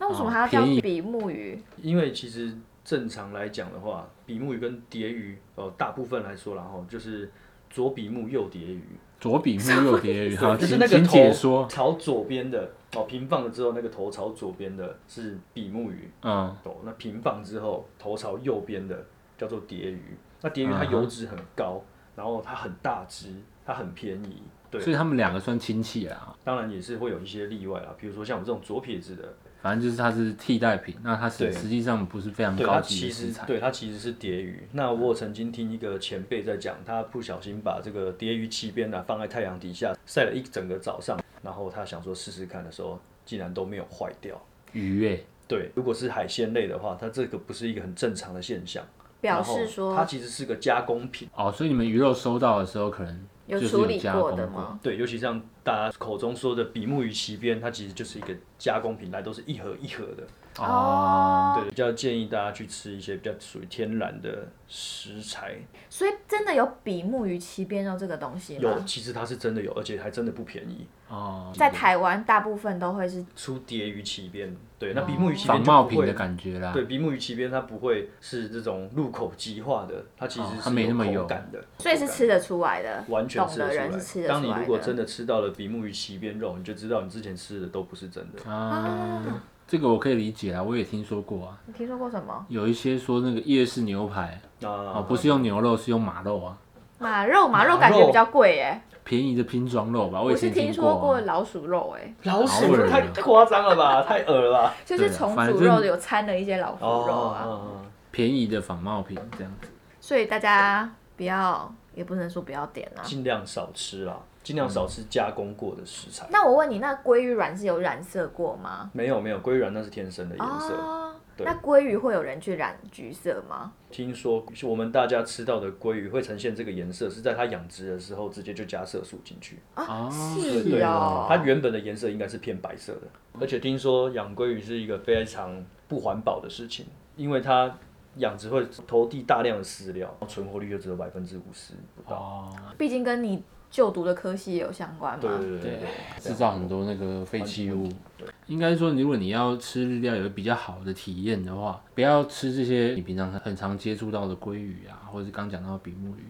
[SPEAKER 2] 那为什么
[SPEAKER 1] 哦
[SPEAKER 2] 还要叫比目鱼？
[SPEAKER 3] 因为其实哦正常来讲的话，比目鱼跟蝶鱼，呃，大部分来说啦，然后就是左比目右蝶鱼，
[SPEAKER 1] 左比目右蝶鱼，好，
[SPEAKER 3] 就是
[SPEAKER 1] 请
[SPEAKER 3] 那个
[SPEAKER 1] 请解说。
[SPEAKER 3] 头朝左边的哦，平放了之后，那个头朝左边的是比目鱼，
[SPEAKER 1] 嗯，
[SPEAKER 3] 哦，那平放之后头朝右边的叫做蝶鱼。那蝶鱼
[SPEAKER 1] 嗯
[SPEAKER 3] 它油脂很高，然后它很大只，它很便宜。对，
[SPEAKER 1] 所以他们两个算亲戚啊啦，
[SPEAKER 3] 当然也是会有一些例外啦，比如说像我这种左撇子的，
[SPEAKER 1] 反正就是它是替代品，那它是
[SPEAKER 3] 对
[SPEAKER 1] 实际上不是非常
[SPEAKER 3] 对
[SPEAKER 1] 高
[SPEAKER 3] 它
[SPEAKER 1] 级
[SPEAKER 3] 其
[SPEAKER 1] 的食
[SPEAKER 3] 实
[SPEAKER 1] 材。
[SPEAKER 3] 对它其实是蝶鱼。那我有曾经听一个前辈在讲，他不小心把这个蝶鱼鳍边啊放在太阳底下晒了一整个早上，然后他想说试试看的时候，竟然都没有坏掉。
[SPEAKER 1] 鱼欸诶、
[SPEAKER 3] 对，如果是海鲜类的话，它这个不是一个很正常的现象，
[SPEAKER 2] 表示
[SPEAKER 3] 然后它
[SPEAKER 2] 说
[SPEAKER 3] 其实是个加工品。
[SPEAKER 1] 哦，所以你们鱼肉收到的时候，可能
[SPEAKER 2] 有
[SPEAKER 1] 就是
[SPEAKER 2] 处理
[SPEAKER 1] 加工
[SPEAKER 2] 过的吗？
[SPEAKER 3] 对，尤其像大家口中说的比目鱼鳍边，它其实就是一个加工品，来都是一盒一盒的。
[SPEAKER 1] 哦，
[SPEAKER 3] 对，比较建议大家去吃一些比较属于天然的食材。
[SPEAKER 2] 所以真的有比目鱼鳍边肉这个东西
[SPEAKER 3] 有，
[SPEAKER 2] 吗？
[SPEAKER 3] 哦其实它是真的有，而且还真的不便宜。
[SPEAKER 1] 哦，
[SPEAKER 2] 在台湾大部分都会是
[SPEAKER 3] 出蝶鱼鳍边，对，那比目鱼鳍
[SPEAKER 1] 仿
[SPEAKER 3] 边
[SPEAKER 1] 冒
[SPEAKER 3] 就不
[SPEAKER 1] 品
[SPEAKER 3] 会
[SPEAKER 1] 的。感觉啦。
[SPEAKER 3] 对，比目鱼鳍边它不会是这种入口即化的，它其实
[SPEAKER 1] 哦
[SPEAKER 3] 是
[SPEAKER 1] 它没那么
[SPEAKER 3] 有
[SPEAKER 1] 油
[SPEAKER 3] 口感的，
[SPEAKER 2] 所以是
[SPEAKER 3] 口感
[SPEAKER 2] 吃得出来的，
[SPEAKER 3] 完全
[SPEAKER 2] 懂
[SPEAKER 3] 吃得
[SPEAKER 2] 的
[SPEAKER 3] 出来。
[SPEAKER 2] 人是吃得出来
[SPEAKER 3] 当
[SPEAKER 2] 的。
[SPEAKER 3] 你如果真的吃到了比目鱼鳍边肉，你就知道你之前吃的都不是真的。
[SPEAKER 1] 啊，这个我可以理解啊，我也听说过啊，
[SPEAKER 2] 你听说过什么
[SPEAKER 1] 有一些说那个夜市牛排
[SPEAKER 3] 那、
[SPEAKER 1] 啊、
[SPEAKER 2] 嗯
[SPEAKER 1] 哦，不是用牛肉，是用马肉啊，
[SPEAKER 2] 马肉？马肉
[SPEAKER 3] 马
[SPEAKER 2] 感觉
[SPEAKER 3] 肉
[SPEAKER 2] 比较贵耶，
[SPEAKER 1] 便宜的拼装肉吧，我
[SPEAKER 2] 我
[SPEAKER 1] 以
[SPEAKER 2] 是
[SPEAKER 1] 前
[SPEAKER 2] 听
[SPEAKER 1] 过、
[SPEAKER 2] 说
[SPEAKER 1] 啊。
[SPEAKER 2] 过老鼠肉哎，
[SPEAKER 3] 老
[SPEAKER 1] 鼠
[SPEAKER 3] 鼠太夸张了吧，太恶了吧！
[SPEAKER 2] 就
[SPEAKER 1] 对
[SPEAKER 2] 是
[SPEAKER 1] 啊
[SPEAKER 2] 重
[SPEAKER 1] 反
[SPEAKER 2] 组
[SPEAKER 1] 正
[SPEAKER 2] 肉有掺了一些老鼠肉啊。
[SPEAKER 3] 哦，
[SPEAKER 1] 便宜的仿冒品这样子，
[SPEAKER 2] 所以大家不要，也不能说不要点啊啦。
[SPEAKER 3] 尽量少吃啦，尽量少吃加工过的食材。
[SPEAKER 2] 那我问你，那鲑鱼卵是有染色过吗？
[SPEAKER 3] 没有没有，鲑软那是天生的颜色。
[SPEAKER 2] 哦，
[SPEAKER 3] 对
[SPEAKER 2] 那鲑鱼会有人去染橘色吗？
[SPEAKER 3] 听说我们大家吃到的鲑鱼会呈现这个颜色，是在它养殖的时候直接就加色素进去。
[SPEAKER 1] 哦
[SPEAKER 2] 啊，
[SPEAKER 1] 对
[SPEAKER 2] 是
[SPEAKER 1] 对
[SPEAKER 2] 哦，
[SPEAKER 3] 它原本的颜色应该是偏白色的，而且听说养鲑鱼是一个非常不环保的事情，因为它养殖会投递大量的饲料，存活率就只有百分之五十不到。
[SPEAKER 1] 哦，
[SPEAKER 2] 毕竟跟你就读的科系也有相关
[SPEAKER 3] 对
[SPEAKER 2] 嘛。
[SPEAKER 3] 对对
[SPEAKER 1] 对
[SPEAKER 3] 对，，
[SPEAKER 1] 制造很多那个废弃物
[SPEAKER 3] 对。
[SPEAKER 1] 应该说，如果你要吃日料有比较好的体验的话，不要吃这些你平常很常接触到的鲑鱼啊，或者是刚讲到的比目鱼。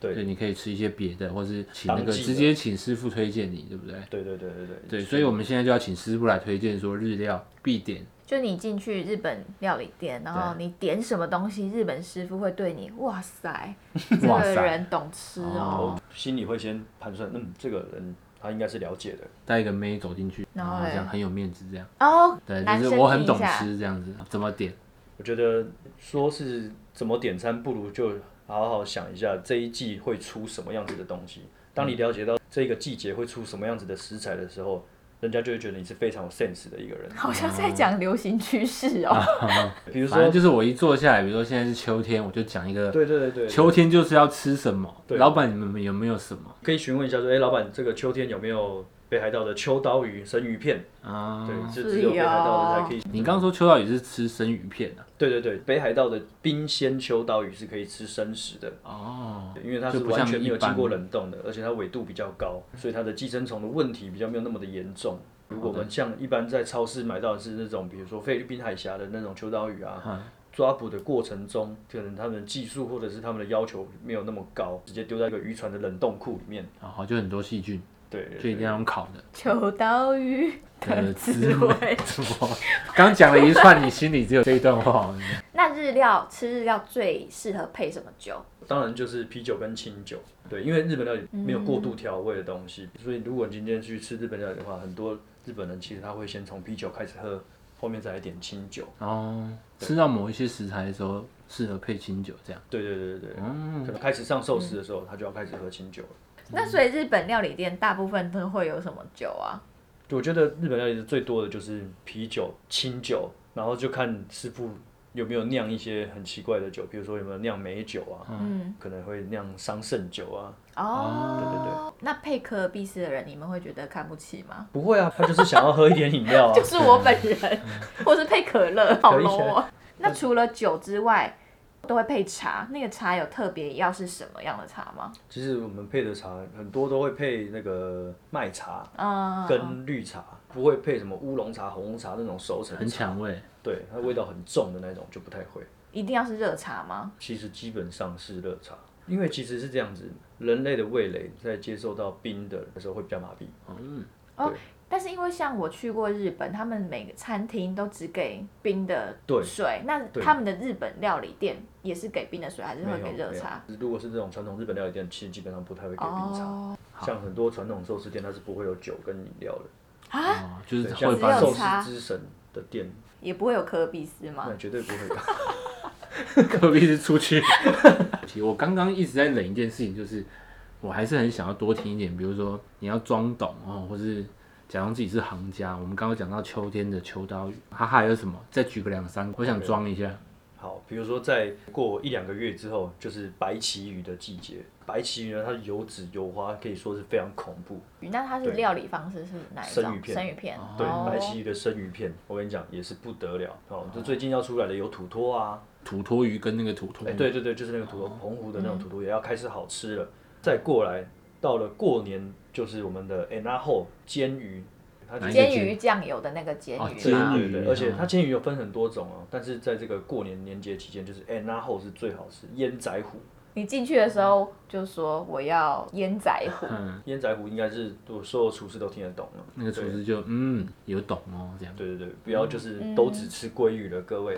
[SPEAKER 3] 对
[SPEAKER 1] 你可以吃一些别的，或是请那个
[SPEAKER 3] 当季的
[SPEAKER 1] 直接请师傅推荐你，对不对？
[SPEAKER 3] 对对对对
[SPEAKER 1] 对，
[SPEAKER 3] 对
[SPEAKER 1] 所以我们现在就要请师傅来推荐说日料必 点。
[SPEAKER 2] 就你进去日本料理店，然后你点什么东西，日本师傅会对你，哇塞，这
[SPEAKER 1] 哇
[SPEAKER 2] 个
[SPEAKER 1] 塞
[SPEAKER 2] 人懂吃哦。
[SPEAKER 3] 我心里会先盘算，嗯，这个人他应该是了解的。
[SPEAKER 1] 带一个妹走进去，然
[SPEAKER 2] 然后
[SPEAKER 1] 后
[SPEAKER 2] 嘞
[SPEAKER 1] 这样很有面子，这样
[SPEAKER 2] 哦，
[SPEAKER 1] 对，
[SPEAKER 2] 男
[SPEAKER 1] 就
[SPEAKER 2] 生
[SPEAKER 1] 是我很
[SPEAKER 2] 听一
[SPEAKER 1] 懂
[SPEAKER 2] 下，
[SPEAKER 1] 吃这样子，怎么点？
[SPEAKER 3] 我觉得说是怎么点餐，不如就好好想一下这一季会出什么样子的东西。当你了解到这个季节会出什么样子的食材的时候，人家就会觉得你是非常有 sense 的一个人。
[SPEAKER 2] 好像在讲流行趋势哦。
[SPEAKER 3] 比如
[SPEAKER 1] 反正
[SPEAKER 3] 说，
[SPEAKER 1] 就是我一坐下来，比如说现在是秋天，我就讲一个
[SPEAKER 3] 对对对对，
[SPEAKER 1] 秋天就是要吃什么？
[SPEAKER 3] 对
[SPEAKER 1] 老板，你们有没有什么
[SPEAKER 3] 可以询问一下说，哎，老板，这个秋天有没有北海道的秋刀鱼、生鱼片？
[SPEAKER 1] 啊？
[SPEAKER 3] 对，
[SPEAKER 2] 是
[SPEAKER 3] 是只有北海道的才可以。
[SPEAKER 1] 你刚刚说秋刀鱼是吃生鱼片啊？
[SPEAKER 3] 对对对，北海道的冰鲜秋刀鱼是可以吃生食的。
[SPEAKER 1] 哦，
[SPEAKER 3] 因为它是
[SPEAKER 1] 就不
[SPEAKER 3] 完
[SPEAKER 1] 像
[SPEAKER 3] 全没有
[SPEAKER 1] 一般
[SPEAKER 3] 经过冷冻的，而且它纬度比较高，所以它的寄生虫的问题比较没有那么的严重。如果我们像一般在超市买到的是那种，比如说菲律宾海峡的那种秋刀鱼啊，抓捕的过程中，可能他们的技术或者是他们的要求没有那么高，直接丢在一个渔船的冷冻库里面。
[SPEAKER 1] 然后就很多细菌，
[SPEAKER 3] 对，对
[SPEAKER 1] 所以一定要用烤 的。
[SPEAKER 2] 秋刀鱼的
[SPEAKER 1] 呃
[SPEAKER 2] 滋
[SPEAKER 1] 滋
[SPEAKER 2] 味。
[SPEAKER 1] 什么？刚讲了一串，你心里只有这一段话。
[SPEAKER 2] 那日料吃日料最适合配什么酒？
[SPEAKER 3] 当然就是啤酒跟清酒，对，因为日本料理没有过度调味的东西，所以如果你今天去吃日本料理的话，很多日本人其实他会先从啤酒开始喝，后面再来点清酒。
[SPEAKER 1] 哦，吃到某一些食材的时候，适合配清酒这样。
[SPEAKER 3] 对对对对对，可能开始上寿司的时候，他就要开始喝清酒了。
[SPEAKER 2] 那所以日本料理店大部分都会有什么酒啊？
[SPEAKER 3] 就我觉得日本料理最多的就是啤酒、清酒，然后就看师傅有没有酿一些很奇怪的酒，比如说有没有酿美酒啊，
[SPEAKER 2] 嗯，
[SPEAKER 3] 可能会酿桑葚酒啊。
[SPEAKER 2] 哦，那配可尔必斯的人，你们会觉得看不起吗？
[SPEAKER 3] 不会啊，他就是想要喝一点饮料啊
[SPEAKER 2] 就。是我本人，或是配可乐，好
[SPEAKER 3] 可以
[SPEAKER 2] low 哦。那除了酒之外，都会配茶，那个茶有特别要是什么样的茶吗？
[SPEAKER 3] 其实我们配的茶很多都会配那个麦茶
[SPEAKER 2] 嗯，
[SPEAKER 3] 跟绿茶，不会配什么乌龙茶、红茶那种熟成
[SPEAKER 1] 很
[SPEAKER 3] 茶。
[SPEAKER 1] 抢味，
[SPEAKER 3] 对，它味道很重的那种就不太会。
[SPEAKER 2] 一定要是热茶吗？
[SPEAKER 3] 其实基本上是热茶。因为其实是这样子，人类的味蕾在接受到冰的时候会比较麻痹。
[SPEAKER 2] 但是因为像我去过日本，他们每个餐厅都只给冰的
[SPEAKER 3] 对
[SPEAKER 2] 水，那
[SPEAKER 3] 对
[SPEAKER 2] 他们的日本料理店也是给冰的水，还是
[SPEAKER 3] 没
[SPEAKER 2] 会
[SPEAKER 3] 有
[SPEAKER 2] 给热
[SPEAKER 3] 没有
[SPEAKER 2] 茶？
[SPEAKER 3] 如果是这种传统日本料理店，其实基本上不太会给冰茶。
[SPEAKER 2] 哦，
[SPEAKER 3] 像很多传统寿司店，它是不会有酒跟饮料的。
[SPEAKER 1] 哦，就是
[SPEAKER 3] 对，
[SPEAKER 1] 会
[SPEAKER 3] 像
[SPEAKER 1] 把
[SPEAKER 2] 只
[SPEAKER 3] 寿
[SPEAKER 2] 有茶啊
[SPEAKER 3] 司之神的店，
[SPEAKER 2] 也不会有可比斯吗
[SPEAKER 3] 那？绝对不会的。
[SPEAKER 1] 隔壁是出去。 其实我刚刚一直在忍一件事情，就是我还是很想要多听一点，比如说你要装懂哦，或是假装自己是行家。我们刚刚讲到秋天的秋刀鱼，它还有什么？再举个两三个，我想装一下。
[SPEAKER 3] 好，比如说在过一两个月之后，就是白旗鱼的季节。白旗鱼呢，它的油脂油花可以说是非常恐怖。
[SPEAKER 2] 那它是料理方式是哪一种？
[SPEAKER 3] 生鱼片对，
[SPEAKER 2] 哦
[SPEAKER 3] 白旗鱼的生鱼片，我跟你讲也是不得了哦。就最近要出来的有土托啊，
[SPEAKER 1] 土托鱼跟那个土托
[SPEAKER 3] 哎、，对对对，就是那个土托，澎湖的那种土托也要开始好吃了。再过来，到了过年就是我们的 n 那后煎鱼，它
[SPEAKER 1] 哪一个
[SPEAKER 2] 煎鱼酱油的那个煎
[SPEAKER 1] 哦
[SPEAKER 2] 鱼
[SPEAKER 1] 煎
[SPEAKER 2] 吗？
[SPEAKER 1] 鱼
[SPEAKER 3] 对对对，而且
[SPEAKER 1] 嗯
[SPEAKER 3] 它煎鱼有分很多种哦，但是在这个过年年节期间，就是哎那后是最好吃，烟仔虎，
[SPEAKER 2] 你进去的时候就说我要烟仔虎，
[SPEAKER 1] 嗯，
[SPEAKER 3] 烟仔虎应该是我所有厨师都听得懂了。
[SPEAKER 1] 那个厨师嗯就嗯有懂哦，这样。
[SPEAKER 3] 对对对，不要就是都只吃鲑鱼了，各位。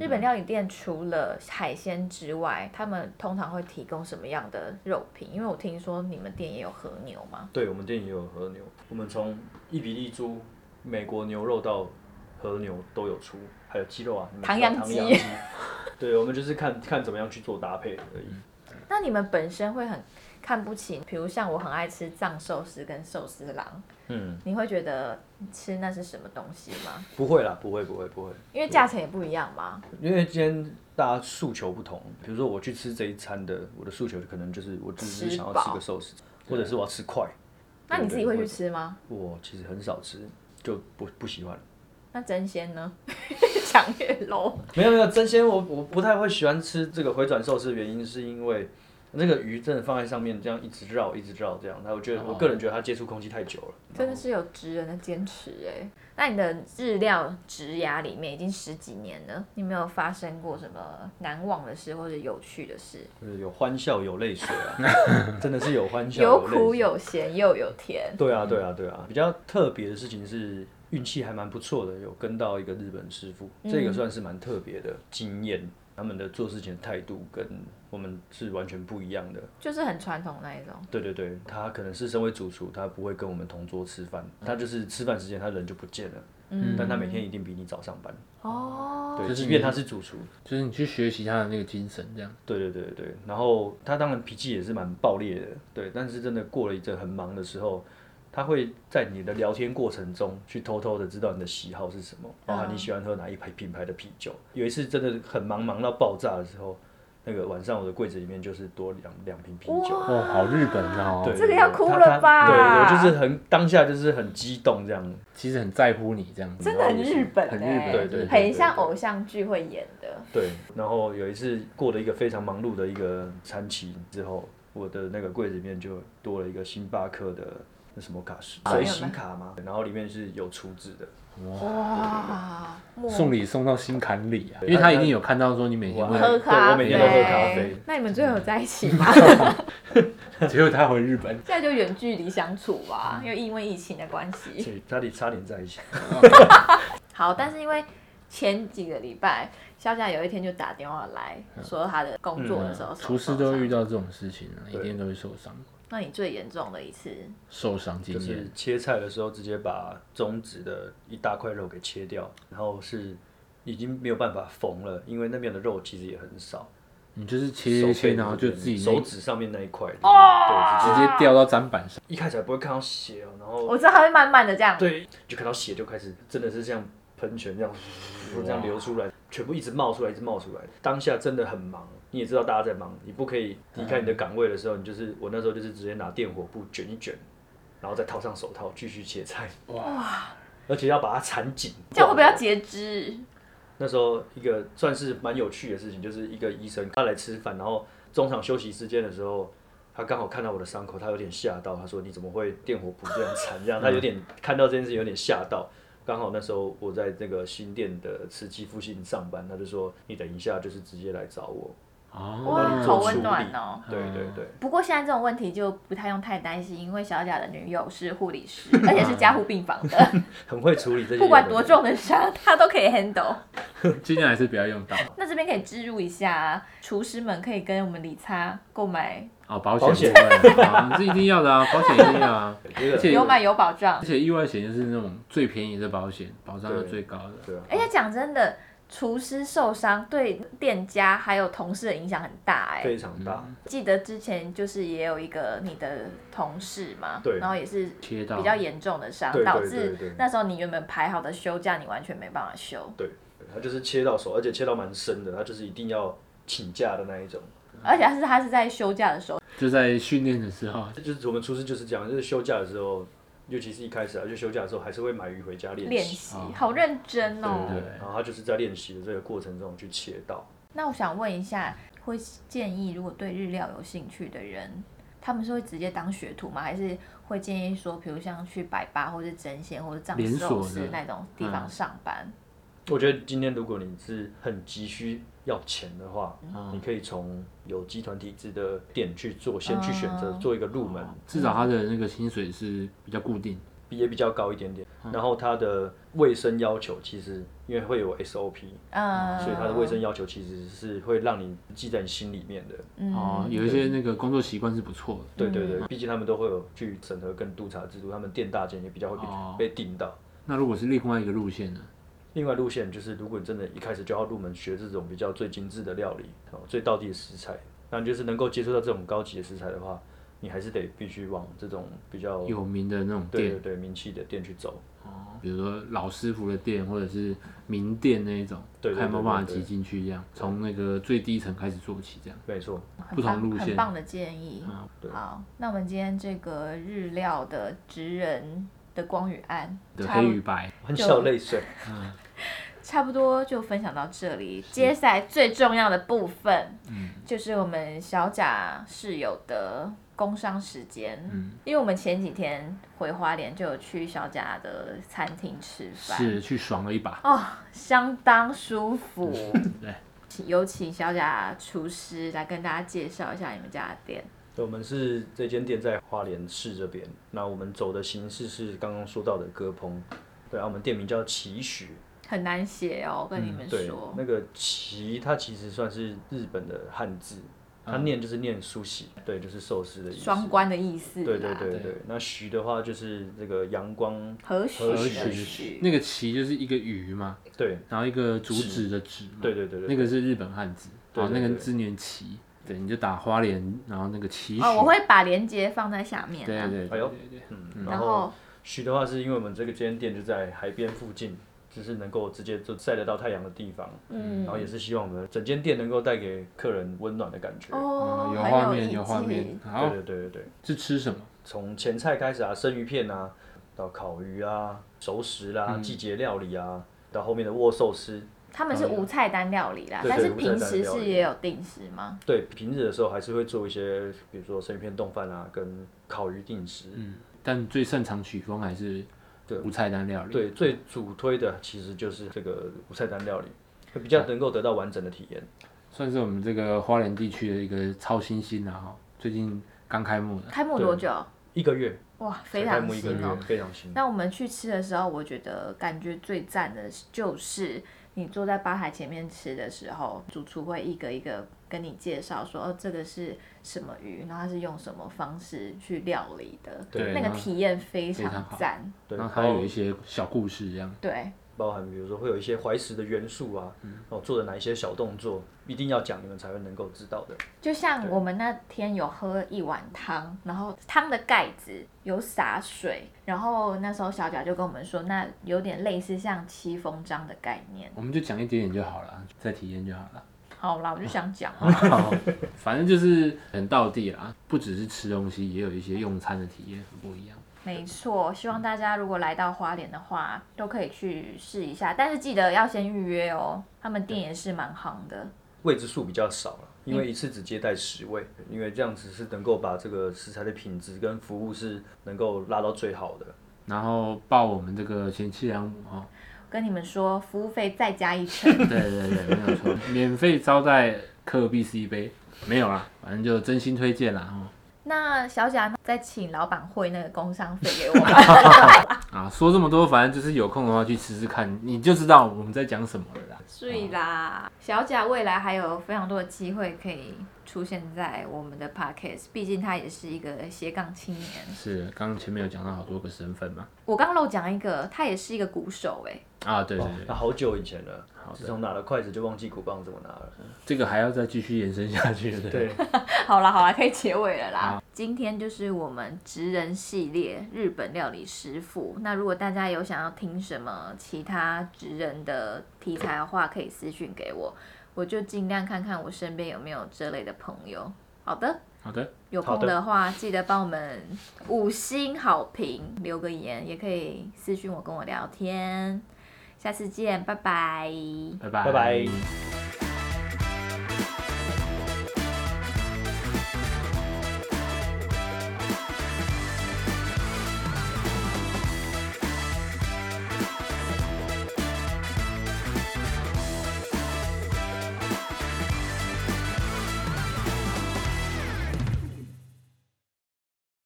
[SPEAKER 2] 日本料理店除了海鲜之外，他们通常会提供什么样的肉品？因为我听说你们店也有和牛嘛。
[SPEAKER 3] 对我们店也有和牛，我们从伊比利猪、美国牛肉到和牛都有出，还有鸡肉啊，你们
[SPEAKER 2] 唐
[SPEAKER 3] 知道
[SPEAKER 2] 扬
[SPEAKER 3] 唐
[SPEAKER 2] 鸡
[SPEAKER 3] 扬鸡。对，我们就是看看怎么样去做搭配而已。
[SPEAKER 2] 那你们本身会很看不起，比如像我很爱吃藏寿司跟寿司郎，
[SPEAKER 3] 嗯，
[SPEAKER 2] 你会觉得吃那是什么东西吗？
[SPEAKER 3] 不会啦，不会，不会，不会。
[SPEAKER 2] 因为价钱也不一样嘛。
[SPEAKER 3] 因为今天大家诉求不同，比如说我去吃这一餐的，我的诉求可能就是我只是
[SPEAKER 2] 吃
[SPEAKER 3] 想要吃
[SPEAKER 2] 饱
[SPEAKER 3] 个寿司，或者是我要吃快。
[SPEAKER 2] 那你自己
[SPEAKER 3] 对
[SPEAKER 2] 会
[SPEAKER 3] 对
[SPEAKER 2] 去吃吗？
[SPEAKER 3] 我其实很少吃，就不不喜欢。
[SPEAKER 2] 那真鲜呢？ 越讲越 low。
[SPEAKER 3] 没有没有，真鲜我我不太会喜欢吃这个回转寿司，的原因是因为那个鱼真的放在上面这样一直绕一直绕这样，那我觉得我哦个人觉得它接触空气太久了。
[SPEAKER 2] 真的是有职人的坚持哎。那你的日料职涯里面已经十几年了，你没有发生过什么难忘的事或者有趣的事？
[SPEAKER 3] 就是有欢笑有泪水啊，真的是有欢笑泪
[SPEAKER 2] 有苦
[SPEAKER 3] 水。
[SPEAKER 2] 有咸又有甜，
[SPEAKER 3] 对啊对啊对啊，比较特别的事情是运气还蛮不错的，有跟到一个日本师傅，这个算是蛮特别的经验。他们的做事情的态度跟我们是完全不一样的。
[SPEAKER 2] 就是很传统那一种。
[SPEAKER 3] 对对对，他可能是身为主厨，他不会跟我们同桌吃饭，他就是吃饭时间他人就不见了，嗯，但他每天一定比你早上班，
[SPEAKER 2] 哦，
[SPEAKER 3] 对，
[SPEAKER 1] 就是
[SPEAKER 3] 即
[SPEAKER 1] 你
[SPEAKER 3] 便他是主厨，
[SPEAKER 1] 就是你去学习他的那个精神，这样。
[SPEAKER 3] 对对对对对，然后他当然脾气也是蛮暴烈的，对，但是真的过了一阵很忙的时候，他会在你的聊天过程中去偷偷的知道你的喜好是什么，包含你喜欢喝哪一牌品牌的啤酒。有一次真的很忙忙到爆炸的时候，那个晚上我的柜子里面就是多两两瓶啤酒，
[SPEAKER 1] 哦，好日本哦。
[SPEAKER 3] 对，
[SPEAKER 2] 这个要
[SPEAKER 3] 对
[SPEAKER 2] 哭
[SPEAKER 3] 他
[SPEAKER 2] 了
[SPEAKER 3] 他
[SPEAKER 2] 吧
[SPEAKER 3] 对，我就是很当下就是很激动这样。
[SPEAKER 1] 其实很在乎你这样子。
[SPEAKER 2] 真的很日本
[SPEAKER 1] 很日本
[SPEAKER 2] 哎，
[SPEAKER 1] 对
[SPEAKER 3] 对对
[SPEAKER 2] 很像
[SPEAKER 3] 对对
[SPEAKER 2] 偶像剧会演的。
[SPEAKER 3] 对，然后有一次过了一个非常忙碌的一个餐期之后，我的那个柜子里面就多了一个星巴克的那什么卡是
[SPEAKER 2] 啊
[SPEAKER 3] 随行卡吗？然后里面是有厨子的，
[SPEAKER 2] 哇，
[SPEAKER 1] 送礼送到心坎里啊，因为他一定有看到说你每天
[SPEAKER 3] 我
[SPEAKER 1] 会，
[SPEAKER 2] 喝咖啡，
[SPEAKER 3] 对我每天都喝咖啡
[SPEAKER 2] 那你们最后有在一起 吗？
[SPEAKER 1] 结果他回日 本，
[SPEAKER 2] 现在就远距离相处吧，因为因为疫情的关系。
[SPEAKER 3] 所以差点差点在一起。
[SPEAKER 2] 好，但是因为前几个礼拜，肖佳有一天就打电话来
[SPEAKER 3] 嗯
[SPEAKER 2] 说他的工作的时候，
[SPEAKER 1] 厨师都遇
[SPEAKER 2] 到。
[SPEAKER 1] 到这种事情啊，一
[SPEAKER 3] 对
[SPEAKER 1] 定都会受伤，
[SPEAKER 2] 那你最严重的一次，
[SPEAKER 1] 受伤经
[SPEAKER 3] 就是
[SPEAKER 1] 验。
[SPEAKER 3] 切菜的时候直接把中指的一大块肉给切掉，然后是已经没有办法缝了，因为那边的肉其实也很少。
[SPEAKER 1] 你就是切
[SPEAKER 3] 手
[SPEAKER 1] 切
[SPEAKER 3] 背
[SPEAKER 1] 切，
[SPEAKER 3] 这
[SPEAKER 1] 然后就
[SPEAKER 3] 边
[SPEAKER 1] 自己那
[SPEAKER 3] 手指上面那一块，
[SPEAKER 2] 哦
[SPEAKER 1] 直
[SPEAKER 3] 就是对，直接
[SPEAKER 2] 啊
[SPEAKER 1] 接掉到砧板上，
[SPEAKER 3] 一开始还不会看到血哦，然后
[SPEAKER 2] 我知道他会慢慢的这样，
[SPEAKER 3] 对，就看到血就开始真的是像喷泉这样，这样流出来，全部一直冒出来，一直冒出来。当下真的很忙，你也知道大家在忙，你不可以
[SPEAKER 2] 嗯
[SPEAKER 3] 离开你的岗位的时候，你就是我那时候就是直接拿电火布卷一卷，然后再套上手套继续切菜，
[SPEAKER 1] 哇，
[SPEAKER 3] 而且要把它缠紧。
[SPEAKER 2] 这样会不会要截肢？
[SPEAKER 3] 那时候一个算是蛮有趣的事情，就是一个医生他来吃饭，然后中场休息时间的时候，他刚好看到我的伤口，他有点吓到，他说你怎么会电火补这样残这样？他有点看到这件事情有点吓到。刚好那时候我在那个新店的慈济附近上班，他就说你等一下就是直接来找我，
[SPEAKER 1] 哦，
[SPEAKER 2] 哇
[SPEAKER 3] 帮你，做
[SPEAKER 2] 好
[SPEAKER 3] 处
[SPEAKER 2] 温
[SPEAKER 3] 理
[SPEAKER 2] 暖哦。
[SPEAKER 3] 对对对，
[SPEAKER 2] 不过现在这种问题就不太用太担心，因为小贾的女友是护理师，而且是加护病 房的，
[SPEAKER 3] 很会处理这些。
[SPEAKER 2] 不管多，重的伤，她都可以 handle。
[SPEAKER 1] 今年还是不要用到
[SPEAKER 2] 那这边可以植入一下、啊，厨师们可以跟我们理擦购买，
[SPEAKER 1] 哦，保
[SPEAKER 3] 保
[SPEAKER 1] 险
[SPEAKER 3] 险
[SPEAKER 1] 部分啊，是一定要的啊，保险一定要啊，
[SPEAKER 3] 这
[SPEAKER 1] 而
[SPEAKER 3] 个
[SPEAKER 1] 且
[SPEAKER 2] 有买有保障
[SPEAKER 1] 而。且意外险就是那种最便宜的保险，保障的最高的。
[SPEAKER 3] 对啊，
[SPEAKER 2] 而且哎讲真的，厨师受伤对店家还有同事的影响很大哎、
[SPEAKER 3] 非常大。
[SPEAKER 2] 记得之前就是也有一个你的同事嘛，
[SPEAKER 3] 对
[SPEAKER 2] 然后也是
[SPEAKER 1] 切到
[SPEAKER 2] 比较严重的伤，
[SPEAKER 3] 对对
[SPEAKER 2] 导
[SPEAKER 3] 对对
[SPEAKER 2] 致那时候你原本排好的休假你完全没办法休，
[SPEAKER 3] 对，他就是切到手，而且切到蛮深的，他就是一定要请假的那一种。
[SPEAKER 2] 而且他是他是在休假的时候，
[SPEAKER 1] 就在训练的时候，
[SPEAKER 3] 就是我们厨师就是这样，就是休假的时候，尤其是一开始啊，就休假的时候还是会买鱼回家练
[SPEAKER 2] 练
[SPEAKER 3] 习。
[SPEAKER 2] 习，好认真哦。
[SPEAKER 1] 对对
[SPEAKER 3] 然后他就是在练习的这个过程中去切到，
[SPEAKER 2] 那我想问一下，会建议如果对日料有兴趣的人，他们是会直接当学徒吗？还是会建议说，比如像去百八或是真鲜或者藏
[SPEAKER 1] 连锁
[SPEAKER 2] 寿
[SPEAKER 1] 的嗯
[SPEAKER 2] 司那种地方上班？
[SPEAKER 3] 我觉得今天如果你是很急需要钱的话，你可以从有集团体制的店去做，先去选择做一个入门，
[SPEAKER 1] 至少他的那个薪水是比较固定。
[SPEAKER 3] 也比较高一点点。然后它的卫生要求其实因为会有 SOP，
[SPEAKER 2] 嗯，
[SPEAKER 3] 所以它的卫生要求其实是会让你记在你心里面的。
[SPEAKER 2] 嗯
[SPEAKER 1] 哦，有一些那个工作习惯是不错的。
[SPEAKER 3] 对对对，毕竟他们都会有去审核跟督查制度，他们店大间也比较会被、
[SPEAKER 1] 哦
[SPEAKER 3] 被定到。
[SPEAKER 1] 那如果是另外一个路线呢？
[SPEAKER 3] 另外路线就是，如果你真的一开始就要入门学这种比较最精致的料理，哦，最道地的食材，那你就是能够接触到这种高级的食材的话，你还是得必须往这种比较
[SPEAKER 1] 有名的那种
[SPEAKER 3] 哦对
[SPEAKER 1] 店，
[SPEAKER 3] 对对名气的店去走。
[SPEAKER 1] 比如说老师傅的店，或者是名店那一种，
[SPEAKER 3] 对对对
[SPEAKER 1] 看有没有
[SPEAKER 3] 对
[SPEAKER 1] 办法
[SPEAKER 3] 对
[SPEAKER 1] 挤进去，这样从那个最低层开始做起，这样。
[SPEAKER 3] 没错，
[SPEAKER 2] 很
[SPEAKER 1] 不同
[SPEAKER 2] 棒
[SPEAKER 1] 路线啊
[SPEAKER 2] 很棒的建议。
[SPEAKER 3] 对
[SPEAKER 2] 好，那我们今天这个日料的职人的光与暗，
[SPEAKER 1] 的
[SPEAKER 2] 差
[SPEAKER 1] 黑
[SPEAKER 2] 不
[SPEAKER 1] 与白，
[SPEAKER 3] 很小泪水。
[SPEAKER 2] 差不多就分享到这里。接下来最重要的部分，就是我们小贾室友的工伤时间。因为我们前几天回花莲就有去小贾的餐厅吃饭，
[SPEAKER 1] 是去爽了一把。
[SPEAKER 2] 哦，相当舒服。
[SPEAKER 1] 对，
[SPEAKER 2] 有请小贾厨师来跟大家介绍一下你们家的店。
[SPEAKER 3] 对我们是这间店在花莲市这边，那我们走的形式是刚刚说到的鸽烹，对，啊，我们店名叫奇许，
[SPEAKER 2] 很难写哦，我跟你们
[SPEAKER 3] 对
[SPEAKER 2] 说，，
[SPEAKER 3] 那个奇它其实算是日本的汉字，它念就是念苏喜，对，就是寿司的意思。
[SPEAKER 2] 双关的意思啦。
[SPEAKER 3] 对对对对，那徐的话就是这个阳光，
[SPEAKER 2] 和许
[SPEAKER 3] 和
[SPEAKER 2] 的
[SPEAKER 3] 许
[SPEAKER 2] 许，
[SPEAKER 1] 那个旗就是一个鱼嘛，
[SPEAKER 3] 对
[SPEAKER 1] 然后一个竹子的纸嘛，
[SPEAKER 3] 对对对对，
[SPEAKER 1] 那个是日本汉字，
[SPEAKER 3] 对
[SPEAKER 1] 哦，那
[SPEAKER 3] 对
[SPEAKER 1] 个
[SPEAKER 3] 对
[SPEAKER 1] 字念旗，对，你就打花莲，然后那个旗
[SPEAKER 2] 哦，我
[SPEAKER 1] 许，
[SPEAKER 2] 会把链接放在下面、啊。
[SPEAKER 1] 对对
[SPEAKER 3] 哎
[SPEAKER 1] 对
[SPEAKER 3] 呦
[SPEAKER 1] 对对，
[SPEAKER 3] 嗯，
[SPEAKER 2] 然
[SPEAKER 3] 然后
[SPEAKER 2] 后
[SPEAKER 3] 徐的话是因为我们这个间店就在海边附近，就是能够直接就晒得到太阳的地方，
[SPEAKER 2] 嗯
[SPEAKER 3] 然后也是希望我们整间店能够带给客人温暖的感觉。
[SPEAKER 2] 哦
[SPEAKER 1] 嗯，有
[SPEAKER 2] 很
[SPEAKER 1] 画
[SPEAKER 2] 意
[SPEAKER 1] 面
[SPEAKER 2] 境
[SPEAKER 1] 有画面，
[SPEAKER 3] 对
[SPEAKER 1] 好，
[SPEAKER 3] 对对对对，
[SPEAKER 1] 是吃什么？
[SPEAKER 3] 从前菜开始啊，生鱼片啊，到烤鱼啊，熟食啦、季节料理啊，到后面的握寿司，
[SPEAKER 2] 他们是无菜单料理啦，
[SPEAKER 3] 对对
[SPEAKER 2] 但是
[SPEAKER 3] 无菜单
[SPEAKER 2] 平时
[SPEAKER 3] 料
[SPEAKER 2] 是
[SPEAKER 3] 理
[SPEAKER 2] 也有定时吗？
[SPEAKER 3] 对，平日的时候还是会做一些，比如说生鱼片冻饭啊，跟烤鱼定食。
[SPEAKER 1] 嗯，但最擅长曲风还是
[SPEAKER 3] 对
[SPEAKER 1] 无菜单料理，
[SPEAKER 3] 对，最主推的其实就是这个无菜单料理，会比
[SPEAKER 1] 嗯
[SPEAKER 3] 较能够得到完整的体验。
[SPEAKER 1] 算是我们这个花莲地区的一个超新星啊，哈，最近刚开幕的，
[SPEAKER 2] 开幕多久？
[SPEAKER 3] 一个月，
[SPEAKER 2] 哇，非
[SPEAKER 3] 才开
[SPEAKER 2] 常
[SPEAKER 3] 幕一个
[SPEAKER 2] 新哦
[SPEAKER 3] 月，。非常新。
[SPEAKER 2] 那我们去吃的时候，我觉得感觉最赞的就是你坐在吧台前面吃的时候，主厨会一个一个跟你介绍说，哦，这个是什么鱼，然后它是用什么方式去料理的，
[SPEAKER 1] 对
[SPEAKER 2] 那个
[SPEAKER 1] 然后
[SPEAKER 2] 体验非
[SPEAKER 1] 非常
[SPEAKER 2] 常
[SPEAKER 1] 好
[SPEAKER 2] 赞。
[SPEAKER 3] 对，
[SPEAKER 1] 然后它
[SPEAKER 3] 包
[SPEAKER 1] 有一些小故事这样，
[SPEAKER 2] 对，
[SPEAKER 3] 包含比如说会有一些怀石的元素啊，
[SPEAKER 1] 嗯
[SPEAKER 3] 哦，做的哪一些小动作，一定要讲你们才会能够知道的。
[SPEAKER 2] 就像我们那天有喝一碗汤，然后汤的盖子有洒水，然后那时候小贾就跟我们说，那有点类似像七风章的概念。
[SPEAKER 1] 我们就讲一点点就好了，再体验就好了。
[SPEAKER 2] 好啦，我就想讲，啊
[SPEAKER 1] 好，反正就是很道地啦，不只是吃东西，也有一些用餐的体验很不一样。
[SPEAKER 2] 没错，希望大家如果来到花莲的话，都可以去试一下，但是记得要先预约哦。他们店也是蛮行的，
[SPEAKER 3] 位置数比较少了，因
[SPEAKER 2] 嗯
[SPEAKER 3] 为一次只接待十位，因为这样子是能够把这个食材的品质跟服务是能够拉到最好的。
[SPEAKER 1] 然后报我们这个贤妻良母啊 哈，
[SPEAKER 2] 跟你们说，服务费再加一成
[SPEAKER 1] 。对对对，没有错，免费招待科 B C 杯，没有啦，反正就真心推荐啦哦。
[SPEAKER 2] 那小贾再请老板汇那个工商费给我们。
[SPEAKER 1] 啊，说这么多，反正就是有空的话去吃吃看，你就知道我们在讲什么了啦。
[SPEAKER 2] 对啦，小贾未来还有非常多的机会可以出现在我们的 podcast，毕竟他也是一个斜杠青年。
[SPEAKER 1] 是，刚刚前面有讲到好多个身份嘛。
[SPEAKER 2] 我刚漏讲一个，他也是一个鼓手哎、
[SPEAKER 1] 啊，对对
[SPEAKER 3] 哦
[SPEAKER 1] 对，
[SPEAKER 3] 那好久以前了
[SPEAKER 1] 好，的
[SPEAKER 3] 自从拿了筷子就忘记鼓棒怎么拿了。
[SPEAKER 1] 这个还要再继续延伸下去，对不对？
[SPEAKER 3] 对，
[SPEAKER 2] 好啦好啦，可以结尾了啦。今天就是我们职人系列日本料理师傅。那如果大家有想要听什么其他职人的题材的话，可以私讯给我，我就尽量看看我身边有没有这类的朋友。好的。
[SPEAKER 1] 好的，
[SPEAKER 2] 有
[SPEAKER 3] 好
[SPEAKER 2] 空
[SPEAKER 3] 的
[SPEAKER 2] 的话，记得帮我们五星好评，留个言，也可以私讯我跟我聊天。下次见，拜拜。
[SPEAKER 1] 拜拜，
[SPEAKER 3] 拜拜。